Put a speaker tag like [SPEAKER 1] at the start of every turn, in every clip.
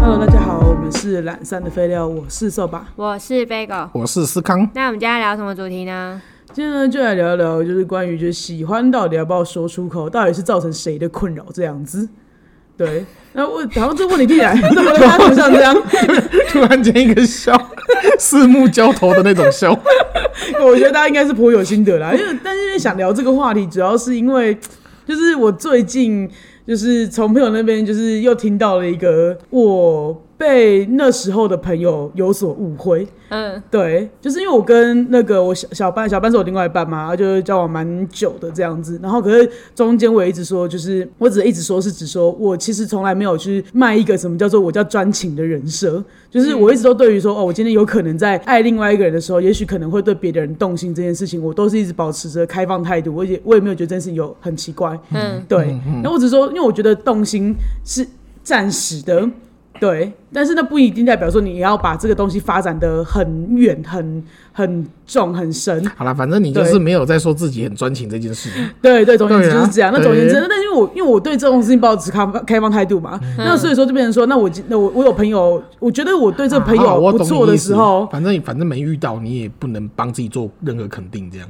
[SPEAKER 1] Hello，大家好，我们是懒散的废料，我是瘦吧。
[SPEAKER 2] 我是 Bagel。
[SPEAKER 3] 我是思康，
[SPEAKER 2] 那我们今天聊什么主题呢？
[SPEAKER 1] 今天呢，就来聊一聊，就是关于就是喜欢到底要不要说出口，到底是造成谁的困扰这样子。对，那我好像这问题听起来 都在他头上这样，
[SPEAKER 3] 突然间一个笑，四目交投的那种 笑。
[SPEAKER 1] 我觉得大家应该是颇有心得啦。因为但是因为想聊这个话题，主要是因为就是我最近就是从朋友那边就是又听到了一个我被那时候的朋友有所误会，
[SPEAKER 2] 嗯，
[SPEAKER 1] 对，就是因为我跟那个我小小班小班是我另外一半嘛，就是交往蛮久的这样子。然后可是中间我也一直说，就是我只一直说是只说我其实从来没有去卖一个什么叫做我叫专情的人设，就是我一直都对于说哦，我今天有可能在爱另外一个人的时候，也许可能会对别的人动心这件事情，我都是一直保持着开放态度，我也我也没有觉得这件事情有很奇怪。
[SPEAKER 2] 嗯，
[SPEAKER 1] 对，那我只是说，因为我觉得动心是暂时的，对，但是那不一定代表说你要把这个东西发展的很远、很很重、很深。
[SPEAKER 3] 好啦，反正你就
[SPEAKER 1] 对
[SPEAKER 3] 是没有在说自己很专情这件事。
[SPEAKER 1] 对对，总而言之
[SPEAKER 3] 对
[SPEAKER 1] 就
[SPEAKER 3] 啊
[SPEAKER 1] 是这样。那总而言之
[SPEAKER 3] 对，嗯
[SPEAKER 1] 但因为我因为我对这种事情抱持开放开放态度嘛，那所以说就变成说，那我今那我我有朋友，我觉得我对这个朋
[SPEAKER 3] 啊
[SPEAKER 1] 友
[SPEAKER 3] 我
[SPEAKER 1] 不
[SPEAKER 3] 懂
[SPEAKER 1] 错
[SPEAKER 3] 你
[SPEAKER 1] 的
[SPEAKER 3] 意思
[SPEAKER 1] 时候，
[SPEAKER 3] 反正反正没遇到，你也不能帮自己做任何肯定，这样。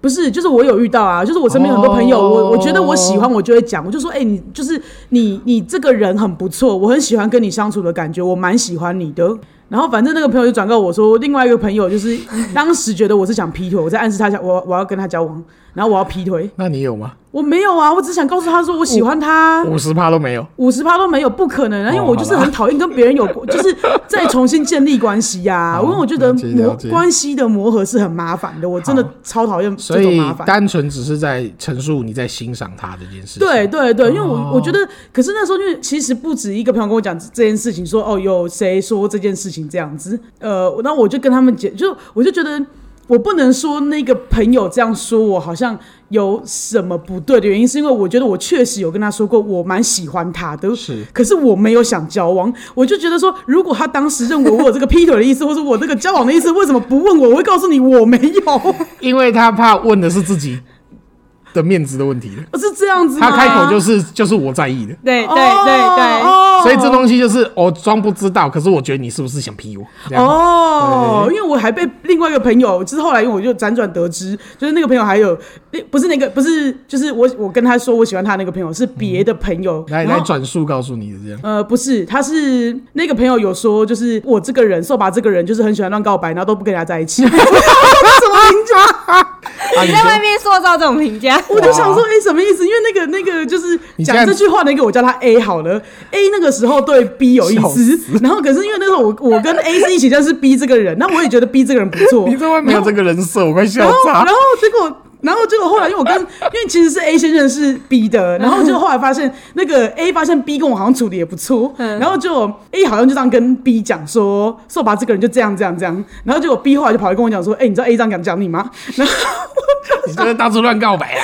[SPEAKER 1] 不是，就是我有遇到啊，就是我身边很多朋友，
[SPEAKER 3] 哦
[SPEAKER 1] 我我觉得我喜欢，我就会讲，我就说，哎、你就是你，你这个人很不错，我很喜欢跟你相处的感觉，我蛮喜欢你的。然后反正那个朋友就转告我说，另外一个朋友就是当时觉得我是想劈腿，我在暗示他想我我要跟他交往，然后我要劈腿，
[SPEAKER 3] 那你有吗？
[SPEAKER 1] 我没有啊，我只想告诉他说我喜欢他。
[SPEAKER 3] 五十趴 都没有。
[SPEAKER 1] 五十趴都没有，不可
[SPEAKER 3] 哦
[SPEAKER 1] 能啊！因为我就是很讨厌跟别人有，就是再重新建立关系呀、
[SPEAKER 3] 好
[SPEAKER 1] 因为我觉得
[SPEAKER 3] 哦了解
[SPEAKER 1] 磨
[SPEAKER 3] 了解
[SPEAKER 1] 关系的磨合是很麻烦的，我真的
[SPEAKER 3] 好
[SPEAKER 1] 超讨厌
[SPEAKER 3] 所
[SPEAKER 1] 这种
[SPEAKER 3] 以
[SPEAKER 1] 麻烦。
[SPEAKER 3] 单纯只是在陈述你在欣赏他这件事。
[SPEAKER 1] 对，对对，因为我、
[SPEAKER 3] 哦
[SPEAKER 1] 我觉得，可是那时候因为其实不止一个朋友跟我讲这件事情，说哦有谁说这件事情这样子，呃，那我就跟他们解，就我就觉得我不能说那个朋友这样说我好像有什么不对的原因，是因为我觉得我确实有跟他说过我蛮喜欢他的，
[SPEAKER 3] 是
[SPEAKER 1] 可是我没有想交往，我就觉得说，如果他当时认为我有这个劈腿的意思，或者我这个交往的意思，为什么不问我？我会告诉你我没有，
[SPEAKER 3] 因为他怕问的是自己的面子的问 题，
[SPEAKER 1] 是这样子吗？
[SPEAKER 3] 他开口就是就是我在意的。
[SPEAKER 2] 对对
[SPEAKER 1] 哦。
[SPEAKER 2] 对
[SPEAKER 1] 啊哦
[SPEAKER 3] 所以这东西就是我装不知道，可是我觉得你是不是想劈我？这样
[SPEAKER 1] 哦，因为我还被另外一个朋友，就是后来因为我就辗转得知，就是那个朋友还有，诶不是那个，不是，就是我我跟他说我喜欢他那个朋友是别的朋友，
[SPEAKER 3] 嗯来
[SPEAKER 1] 然
[SPEAKER 3] 来
[SPEAKER 1] 后
[SPEAKER 3] 转述告诉你的这样。
[SPEAKER 1] 呃，不是，他是那个朋友有说，就是我这个人，瘦吧这个人，就是很喜欢乱告白，然后都不跟人家在一 起。我
[SPEAKER 3] 啊，
[SPEAKER 2] 对，
[SPEAKER 3] 你
[SPEAKER 2] 你在外
[SPEAKER 3] 说
[SPEAKER 2] 面塑造这种评价，
[SPEAKER 1] 我就想说，哎、什么意思？因为那个那个就是
[SPEAKER 3] 你
[SPEAKER 1] 讲
[SPEAKER 3] 现在
[SPEAKER 1] 这句话那个，我叫他 A 好了，A 那个时候对 B 有意思，然后可是因为那时候我我跟 A 是一起认识 B 这个人，那我也觉得 B 这个人不错，
[SPEAKER 3] 你在外面有这个人设，我快笑
[SPEAKER 1] 然后，
[SPEAKER 3] 炸
[SPEAKER 1] 然。后结果，然后结果后来，因 为我跟，因为其实是 A 先认识 B
[SPEAKER 3] 嗯
[SPEAKER 1] 的，然后就后来发现那个 A 发现 B 跟我好像处的也不错，
[SPEAKER 3] 嗯
[SPEAKER 1] 然后就 A 好像就这样跟 B 讲说，瘦吧这个人就这样这样这样，然后结果 B 后来就跑来跟我讲说，哎、你知道 A 这样讲讲你 吗？然后
[SPEAKER 3] 你这是到处乱告白啦，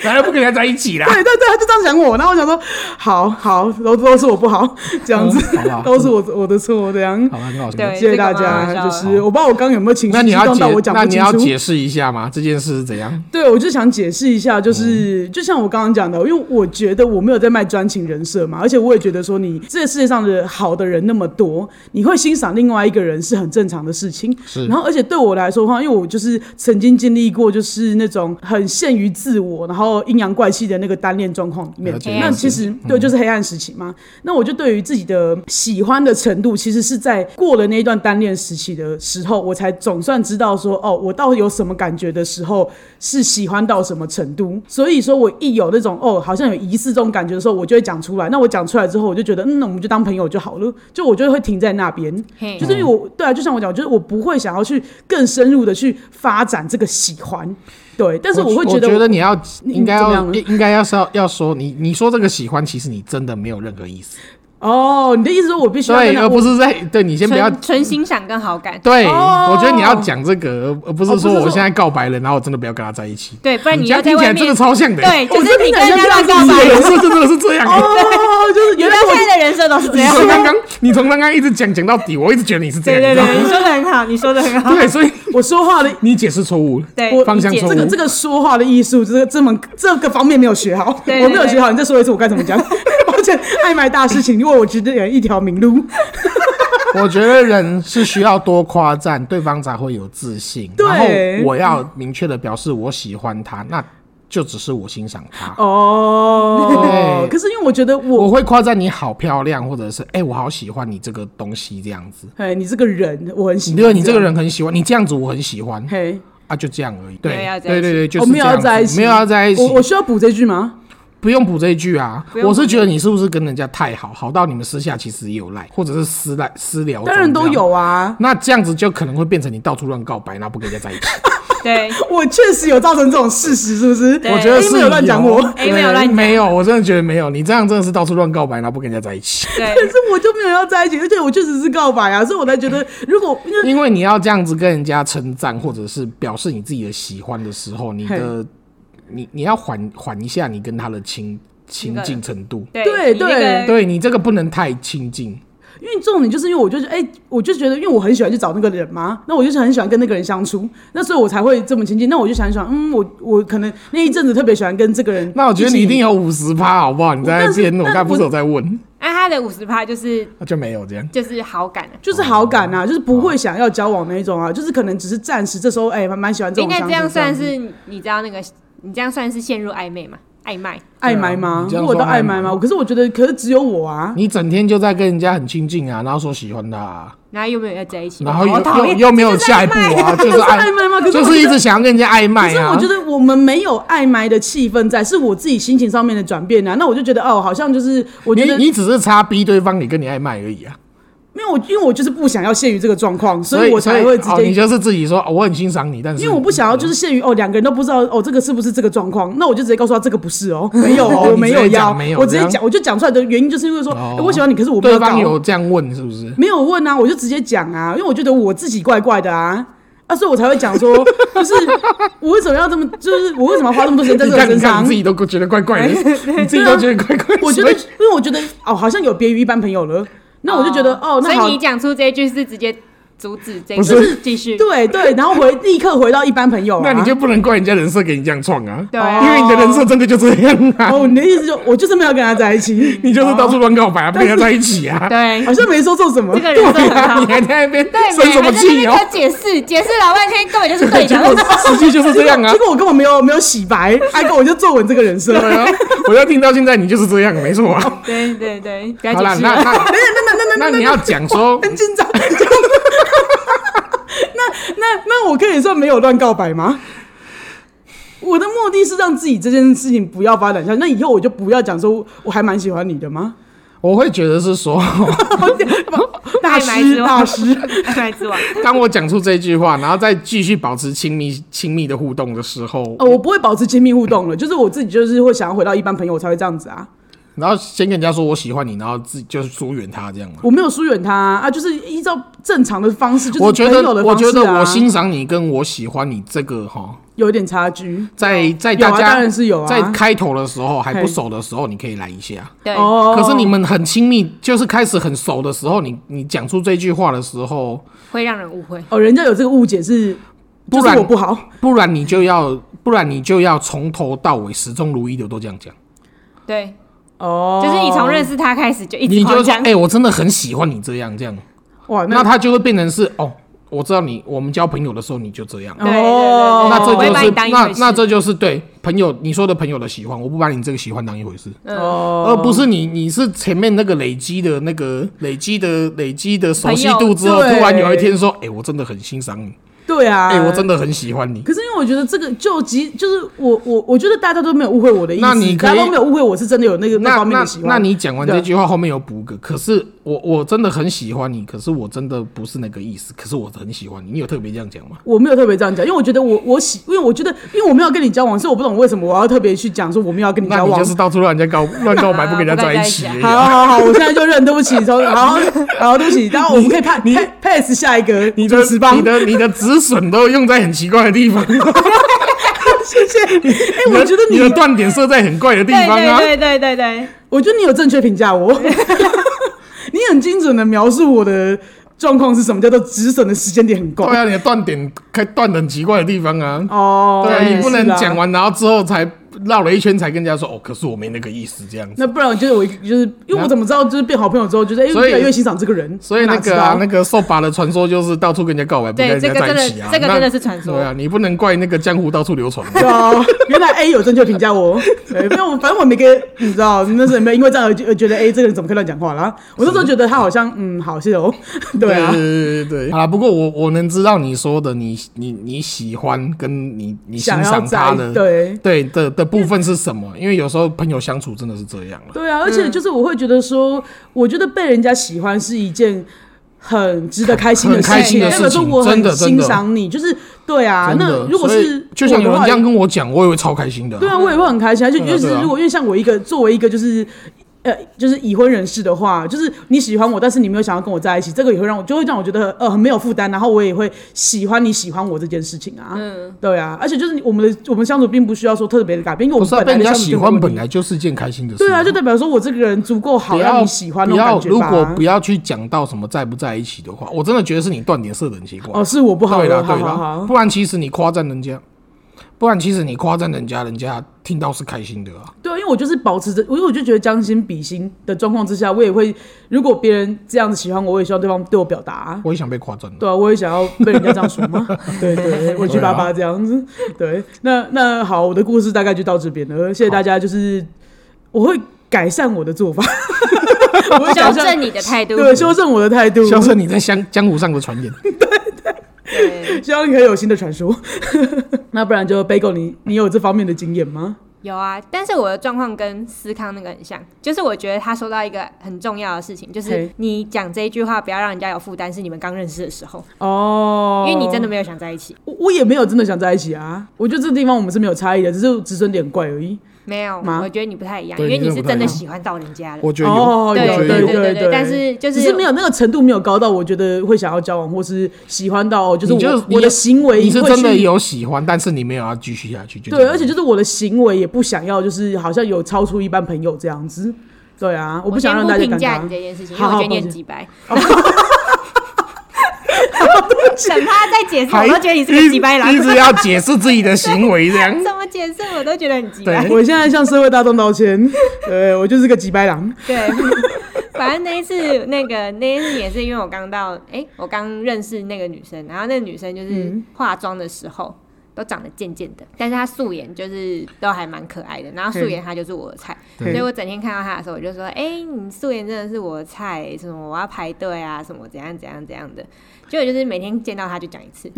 [SPEAKER 3] 反正不跟人家在一起啦。
[SPEAKER 1] 对哎对对，他就这样讲我，然后我想说，好好，都都是我不好，这样子，
[SPEAKER 3] 哦好吧
[SPEAKER 1] 都是我我的错，这样。
[SPEAKER 3] 好吧，哎很好笑。
[SPEAKER 2] 对
[SPEAKER 1] 谢谢大
[SPEAKER 2] 这
[SPEAKER 1] 家，
[SPEAKER 2] 个蛮
[SPEAKER 1] 就
[SPEAKER 2] 好笑的
[SPEAKER 1] 是我不知道我刚刚有没有情绪
[SPEAKER 3] 那你
[SPEAKER 1] 激
[SPEAKER 3] 要
[SPEAKER 1] 动
[SPEAKER 3] 解
[SPEAKER 1] 到我，讲不
[SPEAKER 3] 那
[SPEAKER 1] 清楚。
[SPEAKER 3] 你要解释一下吗？这件事是怎样？
[SPEAKER 1] 对，我就想解释一下，就是、就像我刚刚讲的，因为我觉得我没有在卖专情人设嘛，而且我也觉得说你这个世界上的好的人那么多，你会欣赏另外一个人是很正常的事情。
[SPEAKER 3] 是
[SPEAKER 1] 然后而且对我来说的话，因为我就是曾经经历过就是那种很限于自我，然后阴阳怪气的那个单恋状况里面
[SPEAKER 3] 了解。
[SPEAKER 1] 那
[SPEAKER 3] 了解
[SPEAKER 1] 其实对，就是黑暗时期嘛。那我就对于自己的喜欢的程度，其实是在过了那一段单恋时期的时候，我才总算知道说，哦，我到底有什么感觉的时候，是喜欢到什么程度。所以说我一有那种哦，好像有疑似这种感觉的时候，我就会讲出来。那我讲出来之后，我就觉得，嗯，那我们就当朋友就好了，就我就会停在那边。
[SPEAKER 2] 嘿
[SPEAKER 1] 就是因为我对啊，就像我讲，就是我不会想要去更深入的去发展这个喜欢，对，但是
[SPEAKER 3] 我
[SPEAKER 1] 会
[SPEAKER 3] 觉
[SPEAKER 1] 觉得我
[SPEAKER 3] 你要
[SPEAKER 1] 你
[SPEAKER 3] 应该
[SPEAKER 1] 你怎么
[SPEAKER 3] 要
[SPEAKER 1] 样呢
[SPEAKER 3] 应应该要是要要说你你说这个喜欢，其实你真的没有任何意 思，
[SPEAKER 1] 哦，你的意思说我必须要跟
[SPEAKER 3] 对，
[SPEAKER 1] 他
[SPEAKER 3] 而不
[SPEAKER 1] 我
[SPEAKER 3] 是在对你先不要。
[SPEAKER 2] 纯纯欣赏跟好感，
[SPEAKER 3] 对，啊
[SPEAKER 1] 哦
[SPEAKER 3] 我觉得你要讲这个，而而不
[SPEAKER 1] 哦
[SPEAKER 3] 是
[SPEAKER 1] 不是
[SPEAKER 3] 说
[SPEAKER 1] 说
[SPEAKER 3] 我现在告白了，然后我真的不要跟他在一起。
[SPEAKER 2] 对，不然
[SPEAKER 3] 你
[SPEAKER 2] 你
[SPEAKER 3] 这
[SPEAKER 2] 要
[SPEAKER 3] 样
[SPEAKER 2] 在
[SPEAKER 3] 听起
[SPEAKER 2] 外
[SPEAKER 3] 来真的
[SPEAKER 2] 面，
[SPEAKER 3] 超像的。
[SPEAKER 2] 对，就
[SPEAKER 1] 哦
[SPEAKER 2] 是
[SPEAKER 1] 这
[SPEAKER 2] 你
[SPEAKER 1] 听起
[SPEAKER 2] 跟
[SPEAKER 1] 来
[SPEAKER 2] 人家
[SPEAKER 1] 像
[SPEAKER 2] 乱
[SPEAKER 1] 这
[SPEAKER 2] 告
[SPEAKER 1] 样
[SPEAKER 2] 白，
[SPEAKER 3] 人设真的是这样。
[SPEAKER 1] 哦，就是
[SPEAKER 2] 你
[SPEAKER 1] 原来
[SPEAKER 2] 到
[SPEAKER 1] 我
[SPEAKER 2] 现在的人设都是这
[SPEAKER 3] 你
[SPEAKER 1] 啊
[SPEAKER 2] 样。
[SPEAKER 3] 从刚刚，你从刚刚一直讲讲到底，我一直觉得你是这
[SPEAKER 2] 对
[SPEAKER 3] 样，你
[SPEAKER 2] 对
[SPEAKER 3] 知
[SPEAKER 2] 对，你
[SPEAKER 3] 道
[SPEAKER 2] 说的很好，你说的很好。
[SPEAKER 3] 吗对，所以
[SPEAKER 1] 我说话的
[SPEAKER 3] 你解释错误了。
[SPEAKER 2] 对，
[SPEAKER 1] 我
[SPEAKER 3] 方向
[SPEAKER 2] 理解
[SPEAKER 3] 错
[SPEAKER 1] 这
[SPEAKER 3] 误
[SPEAKER 1] 个这个说话的艺术，这个这门这个方面没有学好，
[SPEAKER 2] 对对
[SPEAKER 1] 我 没有学好。你再说一次，我该怎么讲？我且爱买大事情，如果我只点一条明路，
[SPEAKER 3] 我觉得人是需要多夸赞，对方才会有自信。
[SPEAKER 1] 对
[SPEAKER 3] 然后我要明确的表示我喜欢他，那就只是我欣赏他。
[SPEAKER 1] 哦
[SPEAKER 3] 对，
[SPEAKER 1] 可是因为我觉得
[SPEAKER 3] 我
[SPEAKER 1] 我，
[SPEAKER 3] 会夸赞你好漂亮，或者是哎、我好喜欢你这个东西这样子。
[SPEAKER 1] 哎，你这个人我很喜欢，
[SPEAKER 3] 因为啊你这个，人很喜欢，你这样子我很喜欢
[SPEAKER 1] 嘿，
[SPEAKER 3] 啊，就这样而已。
[SPEAKER 2] 没有
[SPEAKER 3] 对
[SPEAKER 2] 要在一
[SPEAKER 3] 对
[SPEAKER 2] 起
[SPEAKER 3] 对对，就
[SPEAKER 1] 我
[SPEAKER 3] 是
[SPEAKER 1] 哦没
[SPEAKER 3] 这
[SPEAKER 1] 有
[SPEAKER 3] 样
[SPEAKER 1] 要
[SPEAKER 3] 子
[SPEAKER 1] 在一起，
[SPEAKER 3] 没有要在一起
[SPEAKER 1] 我，我需要补这句吗？
[SPEAKER 3] 不用补这一句啊
[SPEAKER 2] 不。用
[SPEAKER 3] 我是觉得你是不是跟人家太好，好到你们私下其实也有赖，或者是私赖私聊，
[SPEAKER 1] 当然都。有啊，
[SPEAKER 3] 那这样子就可能会变成你到处乱告白，然后不跟人家在一起。
[SPEAKER 2] 对，
[SPEAKER 1] 我确实有造成这种事实，是不是？
[SPEAKER 2] 对
[SPEAKER 3] 我觉得
[SPEAKER 1] A
[SPEAKER 3] 是
[SPEAKER 1] 哎没有乱讲我，
[SPEAKER 2] A 没有乱
[SPEAKER 3] 对
[SPEAKER 2] 讲
[SPEAKER 3] 没有，我真的觉得没有。你这样真的是到处乱告白，然后不跟人家在一起。
[SPEAKER 2] 对，
[SPEAKER 1] 可是我就没有要在一起，而且我确实是告白啊，所以我才觉得，如果因为
[SPEAKER 3] 因为你要这样子跟人家称赞，或者是表示你自己的喜欢的时候，你的你你要缓缓一下你跟他的亲亲
[SPEAKER 2] 那个
[SPEAKER 3] 近程度。
[SPEAKER 2] 对
[SPEAKER 1] 对
[SPEAKER 2] 你那个
[SPEAKER 3] 对你这个不能太亲近，
[SPEAKER 1] 因为重点就是因为我就是哎、我就觉得因为我很喜欢去找那个人嘛，那我就是很喜欢跟那个人相处，那所以我才会这么亲近。那我就想一想，嗯，我我可能那一阵子特别喜欢跟这个人起。
[SPEAKER 3] 那我觉得你一定有五十趴，好不好？你在那
[SPEAKER 1] 但是
[SPEAKER 3] 边，我
[SPEAKER 1] 但
[SPEAKER 3] 刚才不是
[SPEAKER 1] 我
[SPEAKER 3] 有在问，
[SPEAKER 2] 那啊他的五十趴就是
[SPEAKER 3] 那就没有这样。
[SPEAKER 2] 就是好感了。
[SPEAKER 1] 就是好感
[SPEAKER 3] 哦
[SPEAKER 1] 啊，就是不会想要交往那一种啊，就是可能只是暂时这时候哎，蛮、蛮喜欢这
[SPEAKER 2] 应
[SPEAKER 1] 种
[SPEAKER 2] 该
[SPEAKER 1] 相处
[SPEAKER 2] 这样算是你知道那个，你这样算是陷入暧昧嘛？暧昧，
[SPEAKER 1] 爱买吗
[SPEAKER 3] 啊你？这样
[SPEAKER 1] 如果到
[SPEAKER 3] 算爱
[SPEAKER 1] 爱
[SPEAKER 3] 买
[SPEAKER 1] 买吗？可是我觉得，可是只有我啊，
[SPEAKER 3] 你整天就在跟人家很亲近啊，然后说喜欢他、啊，
[SPEAKER 2] 然后又没有要在一起，
[SPEAKER 3] 然后
[SPEAKER 2] 好
[SPEAKER 3] 又
[SPEAKER 2] 讨
[SPEAKER 3] 又
[SPEAKER 2] 厌
[SPEAKER 3] 又没有下一步啊， 就是
[SPEAKER 1] 是
[SPEAKER 3] 爱
[SPEAKER 1] 爱，买吗？可是
[SPEAKER 3] 就
[SPEAKER 1] 我
[SPEAKER 3] 是
[SPEAKER 1] 觉
[SPEAKER 3] 一
[SPEAKER 1] 得
[SPEAKER 3] 直想要跟人家
[SPEAKER 1] 可
[SPEAKER 3] 暧昧
[SPEAKER 1] 是
[SPEAKER 3] 啊。
[SPEAKER 1] 我觉得我们没有爱埋的气氛在，是我自己心情上面的转变啊。那我就觉得哦，好像就是我觉得
[SPEAKER 3] 你你只是差逼对方，你跟你暧昧而已啊，
[SPEAKER 1] 没有，我因为我就是不想要陷于这个状况，所
[SPEAKER 3] 以
[SPEAKER 1] 以我才会直
[SPEAKER 3] 哦
[SPEAKER 1] 接。
[SPEAKER 3] 你就是自己说、哦我很欣赏你，但是
[SPEAKER 1] 因为我不想要，就是陷于哦，两个人都不知道哦，这个是不是这个状况？那我就直接告诉他这个不是 哦，没有
[SPEAKER 3] 哦
[SPEAKER 1] 哦，我没有
[SPEAKER 3] 你直接
[SPEAKER 1] 要
[SPEAKER 3] 讲没有，
[SPEAKER 1] 我直
[SPEAKER 3] 这
[SPEAKER 1] 接
[SPEAKER 3] 样
[SPEAKER 1] 讲，我就讲出来的原因就是因为说，
[SPEAKER 3] 哦
[SPEAKER 1] 哎我喜欢你，可是我没
[SPEAKER 3] 对
[SPEAKER 1] 有搞
[SPEAKER 3] 方有这样问是不是？
[SPEAKER 1] 没有问啊，我就直接讲啊，因为我觉得我自己怪怪的啊，啊，所以我才会讲 说，就是我为什么要这么，就是我为什么要花这么多时间在
[SPEAKER 3] 你
[SPEAKER 1] 这个
[SPEAKER 3] 看
[SPEAKER 1] 身
[SPEAKER 3] 你看
[SPEAKER 1] 上
[SPEAKER 3] 你自？己都觉得怪怪的，你自己都觉得怪怪
[SPEAKER 1] 啊
[SPEAKER 3] 的。
[SPEAKER 1] 我觉得，
[SPEAKER 3] 所以
[SPEAKER 1] 因为我觉得哦，好像有别于一般朋友了。那我就觉得哦，那好
[SPEAKER 2] 所以，你讲出这一句是直接阻止这
[SPEAKER 3] 不
[SPEAKER 2] 一
[SPEAKER 3] 是
[SPEAKER 2] 句继续，
[SPEAKER 1] 对对，然后回立刻回到一般朋友、啊。
[SPEAKER 3] 那你就不能怪人家人设给你这样创啊，
[SPEAKER 2] 对
[SPEAKER 3] 因为
[SPEAKER 2] 啊，
[SPEAKER 3] 你的人设真的就这样啊，
[SPEAKER 1] 哦，你的意思就我就是没有跟他在一起，
[SPEAKER 3] 你就是到处乱告白啊，不跟人家在一起啊。
[SPEAKER 1] 好
[SPEAKER 2] 对，
[SPEAKER 1] 像没说错什么
[SPEAKER 2] 这。个人设
[SPEAKER 3] 对
[SPEAKER 2] 很
[SPEAKER 3] 啊，
[SPEAKER 2] 好
[SPEAKER 3] 你。还在那边
[SPEAKER 2] 对，
[SPEAKER 3] 生什么气
[SPEAKER 2] 你
[SPEAKER 3] 哦
[SPEAKER 2] 还在那边给？我解释，解释老半天，根本就是对
[SPEAKER 3] 结
[SPEAKER 2] 的。
[SPEAKER 3] 果实际就是这样啊
[SPEAKER 1] 结。果我根本没有没有洗 白，哎，跟我就坐稳这个人设。
[SPEAKER 3] 对啊，我要听到现在你就是这样，没错啊。
[SPEAKER 2] 对对对，不要
[SPEAKER 3] 好
[SPEAKER 2] 解
[SPEAKER 3] 啦，
[SPEAKER 2] 释
[SPEAKER 3] 那
[SPEAKER 2] 了。
[SPEAKER 3] 那
[SPEAKER 1] 那
[SPEAKER 3] 那你要讲说，
[SPEAKER 1] 很紧张。那那那我可以算没有乱告白吗？我的目的是让自己这件事情不要发展下去，那以后我就不要讲说我还蛮喜欢你的 吗？
[SPEAKER 3] 我会觉得是说，
[SPEAKER 1] 大
[SPEAKER 2] 爱埋
[SPEAKER 1] 师
[SPEAKER 2] 之王
[SPEAKER 1] 大师，
[SPEAKER 2] 爱买之王，
[SPEAKER 3] 当我讲出这句话，然后再继续保持亲密亲密的互动的时候，
[SPEAKER 2] 哦
[SPEAKER 1] 呃，我不会保持亲密互动了，就是我自己就是会想要回到一般朋友，我才会这样子啊。
[SPEAKER 3] 然后先跟人家说我喜欢你，然后自己就是疏远他这样嘛。
[SPEAKER 1] 我没有疏远他啊，啊就是依照正常的方式，就是
[SPEAKER 3] 我觉
[SPEAKER 1] 朋友
[SPEAKER 3] 得，
[SPEAKER 1] 的
[SPEAKER 3] 我
[SPEAKER 1] 方式、啊、
[SPEAKER 3] 觉得我欣赏你跟我喜欢你这个哈，
[SPEAKER 1] 有一点差距。
[SPEAKER 3] 在在
[SPEAKER 1] 有
[SPEAKER 3] 大
[SPEAKER 1] 啊，当然
[SPEAKER 3] 家
[SPEAKER 1] 是有啊。
[SPEAKER 3] 在开头的时候还不
[SPEAKER 1] 嘿
[SPEAKER 3] 熟的时候，你可以来一下。
[SPEAKER 2] 对，
[SPEAKER 1] 哦，
[SPEAKER 3] 可是你们很亲密，就是开始很熟的时候，你你讲出这句话的时候，
[SPEAKER 2] 会让人误会。
[SPEAKER 1] 哦，人家有这个误解是，
[SPEAKER 3] 不
[SPEAKER 1] 就是
[SPEAKER 3] 然
[SPEAKER 1] 我不好。
[SPEAKER 3] 不然你就要不然你就要从头到尾始终如一的都这样讲。
[SPEAKER 2] 对，
[SPEAKER 1] 哦，
[SPEAKER 2] 就是你从认识他开始就一直
[SPEAKER 3] 你就
[SPEAKER 2] 狂
[SPEAKER 3] 说，
[SPEAKER 2] 讲嗯
[SPEAKER 3] 哎、，我真的很喜欢你这样这样，
[SPEAKER 1] 哇，
[SPEAKER 3] 那
[SPEAKER 1] 那
[SPEAKER 3] 他就会变成是哦，我知道你，我们交朋友的时候你就这样，
[SPEAKER 2] 对对对
[SPEAKER 1] 哦
[SPEAKER 3] 那这
[SPEAKER 2] 我会
[SPEAKER 3] 就
[SPEAKER 2] 把
[SPEAKER 3] 是
[SPEAKER 2] 你当一
[SPEAKER 3] 那
[SPEAKER 2] 回事
[SPEAKER 3] 那这就是对朋友你说的朋友的喜欢，我不把你这个喜欢当一回事，
[SPEAKER 1] 哦，
[SPEAKER 3] 而不是你你是前面那个累积的那个累积的累积的熟悉
[SPEAKER 2] 朋
[SPEAKER 3] 度
[SPEAKER 2] 友
[SPEAKER 3] 之后，突
[SPEAKER 1] 对
[SPEAKER 3] 然有一天说，哎、我真的很欣赏你，
[SPEAKER 1] 对啊，
[SPEAKER 3] 哎、我真。的很喜欢你。
[SPEAKER 1] 可是因为我觉得这个就即就是我我我觉得大家都没有误会我的意思，
[SPEAKER 3] 那你可以
[SPEAKER 1] 大家都没有误会我是真的有那个
[SPEAKER 3] 那
[SPEAKER 1] 方面
[SPEAKER 3] 那
[SPEAKER 1] 的喜欢。啊
[SPEAKER 3] 那你讲完这句话后面有补个，可是我我真的很喜欢你，可是我真的不是那个意思，可是我很喜欢你，你有特别这样讲吗？
[SPEAKER 1] 我没有特别这样讲，因为我觉得我我喜，因为我觉得因为我没有跟你交往，所以我不懂为什么我要特别去讲说我们要跟你
[SPEAKER 3] 那
[SPEAKER 1] 交
[SPEAKER 3] 你
[SPEAKER 1] 往
[SPEAKER 3] 就。是到处乱人家告 乱告白，不跟人家在一起而已
[SPEAKER 1] 好
[SPEAKER 3] 啊。
[SPEAKER 1] 好好，我现在就认，对不起， 从好好对不起，然后我们可以 pa- pa- pass 下一个
[SPEAKER 3] 你
[SPEAKER 1] 主
[SPEAKER 3] 的
[SPEAKER 1] 持棒
[SPEAKER 3] 你，的你的止损都用在很奇怪的 地方，
[SPEAKER 1] 谢谢。哎，
[SPEAKER 3] 你的
[SPEAKER 1] 我觉得
[SPEAKER 3] 你
[SPEAKER 1] 你
[SPEAKER 3] 的断点设在很怪的地
[SPEAKER 2] 对
[SPEAKER 3] 方啊。
[SPEAKER 2] 对对对对对，
[SPEAKER 1] 我觉得你有正确评价 我，你很精准的描述我的状况是什么，叫做止损的时间点很够。
[SPEAKER 3] 对啊，你的断点开断得很奇怪的地方啊。
[SPEAKER 1] 哦，
[SPEAKER 3] 对啊，
[SPEAKER 1] 也
[SPEAKER 3] 你不能
[SPEAKER 1] 是啦
[SPEAKER 3] 讲。完然后之后才绕了一圈才跟人家说哦，可是我没那个意思这样子。
[SPEAKER 1] 那不然就是我一就是因为我怎么知道就是变好朋友之后，就是哎、
[SPEAKER 3] 啊所以
[SPEAKER 1] 越来越欣赏这个人，
[SPEAKER 3] 所以那个
[SPEAKER 1] 哪知，
[SPEAKER 3] 啊
[SPEAKER 1] 道
[SPEAKER 3] 那个受罚的传说就是到处跟人家告白，不跟
[SPEAKER 2] 对
[SPEAKER 3] 人家
[SPEAKER 2] 这个
[SPEAKER 3] 在
[SPEAKER 2] 真的
[SPEAKER 3] 一起啊。
[SPEAKER 2] 这个
[SPEAKER 3] 那
[SPEAKER 2] 真的是传说
[SPEAKER 3] 对啊，你不能怪那个江湖到处流传。
[SPEAKER 1] 对啊，原来 A 有正确评价 我，对，没有，反正我没跟你知道，那时候也没有因为这样而觉而觉得 A 这个人怎么可以乱讲话啦？我那时候觉得他好像嗯，好谢谢哦， 对啊，
[SPEAKER 3] 对对对好啦，不过我我能知道你说的你，你你喜欢跟你你欣
[SPEAKER 1] 想要
[SPEAKER 3] 赏他
[SPEAKER 1] 在
[SPEAKER 3] 的
[SPEAKER 1] 对。
[SPEAKER 3] 对的的部分是什么？因为有时候朋友相处真的是这样了。
[SPEAKER 1] 对啊，而且就是我会觉得说，我觉得被人家喜欢是一件很值得开心的
[SPEAKER 3] 很
[SPEAKER 1] 事
[SPEAKER 3] 开
[SPEAKER 1] 情，
[SPEAKER 3] 心的
[SPEAKER 1] 代表
[SPEAKER 3] 事情
[SPEAKER 1] 说我
[SPEAKER 3] 真的
[SPEAKER 1] 很
[SPEAKER 3] 真
[SPEAKER 1] 欣
[SPEAKER 3] 的
[SPEAKER 1] 赏你，就是对啊。
[SPEAKER 3] 真
[SPEAKER 1] 那
[SPEAKER 3] 的，
[SPEAKER 1] 如果
[SPEAKER 3] 所以
[SPEAKER 1] 是
[SPEAKER 3] 就像
[SPEAKER 1] 我的
[SPEAKER 3] 有人
[SPEAKER 1] 话
[SPEAKER 3] 这样跟我讲，我也会超开心的啊、
[SPEAKER 1] 对啊，我也会很开心啊。就
[SPEAKER 3] 对啊
[SPEAKER 1] 就是
[SPEAKER 3] 对啊
[SPEAKER 1] 如果因为像我一个作为一个就是。呃，就是已婚人士的话，就是你喜欢我，但是你没有想要跟我在一起，这个也会让我就会让我觉得呃很没有负担，然后我也会喜欢你喜欢我这件事情啊。嗯，对啊，而且就是我们的我们相处并不需要说特别的改变，因为我
[SPEAKER 3] 不
[SPEAKER 1] 们
[SPEAKER 3] 是啊、
[SPEAKER 1] 本
[SPEAKER 3] 被
[SPEAKER 1] 来
[SPEAKER 3] 人
[SPEAKER 1] 的
[SPEAKER 3] 家
[SPEAKER 1] 相处
[SPEAKER 3] 喜
[SPEAKER 1] 就
[SPEAKER 3] 欢
[SPEAKER 1] 没问
[SPEAKER 3] 本
[SPEAKER 1] 题
[SPEAKER 3] 来就是一件开心的事、
[SPEAKER 1] 对啊，就代表说我这个人足够好
[SPEAKER 3] 不
[SPEAKER 1] 让
[SPEAKER 3] 要
[SPEAKER 1] 你喜欢那
[SPEAKER 3] 不
[SPEAKER 1] 种
[SPEAKER 3] 要，
[SPEAKER 1] 感觉
[SPEAKER 3] 如
[SPEAKER 1] 吧。
[SPEAKER 3] 果不要去讲到什么在不在一起的话，我真的觉得是你断点射人奇怪。
[SPEAKER 1] 哦，是我不好
[SPEAKER 3] 对啦
[SPEAKER 1] 了，好
[SPEAKER 3] 对
[SPEAKER 1] 好
[SPEAKER 3] 啦，
[SPEAKER 1] 好，
[SPEAKER 3] 不然其实你夸赞人家，不然其实你夸赞人家，人家听到是开心的啊。
[SPEAKER 1] 对啊，因为我就是保持着，因为我就觉得将心比心的状况之下，我也会如果别人这样子喜欢我，我也希望对方对我表达啊、
[SPEAKER 3] 我也想被夸赞的。
[SPEAKER 1] 对啊，我也想要被人家这样说嘛， 对对对，啊委屈巴巴这样子。对，那那好，我的故事大概就到这边了，谢谢大家。就是我会改善我的做 法，我 会
[SPEAKER 2] 修
[SPEAKER 1] 改善
[SPEAKER 2] 正你的态度。
[SPEAKER 1] 对修正我的态度，
[SPEAKER 3] 像是你在江江湖上的传言，
[SPEAKER 2] 对
[SPEAKER 1] 希望你可以有新的传说。 那不然就 Bagel，你你有这方面的经验吗？
[SPEAKER 2] 有啊，但是我的状况跟思康那个很像，就是我觉得他说到一个很重要的事情，就是
[SPEAKER 1] 嘿
[SPEAKER 2] 你讲这一句话不要让人家有负担，是你们刚认识的时候，
[SPEAKER 1] 哦
[SPEAKER 2] 因，为你真的没有想在一起，
[SPEAKER 1] 我，我也没有真的想在一起啊。我觉得这个地方我们是没有差异的，只是止损点怪而已。
[SPEAKER 2] 没有，
[SPEAKER 1] 吗
[SPEAKER 2] 我觉得你不太一样，因
[SPEAKER 3] 对
[SPEAKER 2] 为你
[SPEAKER 3] 你
[SPEAKER 2] 是
[SPEAKER 3] 真的
[SPEAKER 2] 真
[SPEAKER 3] 不太一样
[SPEAKER 2] 的喜欢到人家了。
[SPEAKER 3] 我觉得有，
[SPEAKER 1] 哦，
[SPEAKER 3] 我觉
[SPEAKER 2] 对
[SPEAKER 3] 得
[SPEAKER 1] 对
[SPEAKER 3] 有
[SPEAKER 2] 对对
[SPEAKER 1] 对，
[SPEAKER 2] 但是就
[SPEAKER 1] 只是没有那个程度没有高到，我觉得会想要交往或是喜欢到，哦，就是我
[SPEAKER 3] 你就
[SPEAKER 1] 我的行为
[SPEAKER 3] 你是
[SPEAKER 1] 会
[SPEAKER 3] 真的
[SPEAKER 1] 去
[SPEAKER 3] 有喜欢，但是你没有要继续下去，就这
[SPEAKER 1] 对，
[SPEAKER 3] 样
[SPEAKER 1] 而且就是我的行为也不想要，就是好像有超出一般朋友这样子。对啊，我不想
[SPEAKER 2] 先
[SPEAKER 1] 让
[SPEAKER 2] 不
[SPEAKER 1] 大家
[SPEAKER 2] 评
[SPEAKER 1] 尴
[SPEAKER 2] 价你
[SPEAKER 1] 尬。
[SPEAKER 2] 这件事情，因
[SPEAKER 1] 好
[SPEAKER 2] 为我
[SPEAKER 1] 好
[SPEAKER 2] 觉得你
[SPEAKER 1] 抱
[SPEAKER 2] 很
[SPEAKER 1] 歉
[SPEAKER 2] 几 白。等他再解释，我
[SPEAKER 3] 还
[SPEAKER 2] 都觉得你是个几白
[SPEAKER 3] 一
[SPEAKER 2] 狼。
[SPEAKER 3] 直要解释自己的行 为这样。
[SPEAKER 2] 怎么解释我都觉得很鸡
[SPEAKER 3] 对
[SPEAKER 2] 掰。
[SPEAKER 1] 我现在向社会大众道歉，对我就是个急白狼。
[SPEAKER 2] 对，反正那一次那个那一次也是因为我刚到，哎、我刚认识那个女生，然后那个女生就是化妆的时候。都长得贱贱的，但是她素颜就是都还蛮可爱的。然后素颜她就是我的菜，
[SPEAKER 1] 嗯
[SPEAKER 2] 所以我整天看到她的时候，我就说：“哎、你素颜真的是我的菜，什么我要排队啊，什么怎样怎样怎样的。”结果就是每天见到她就讲一次，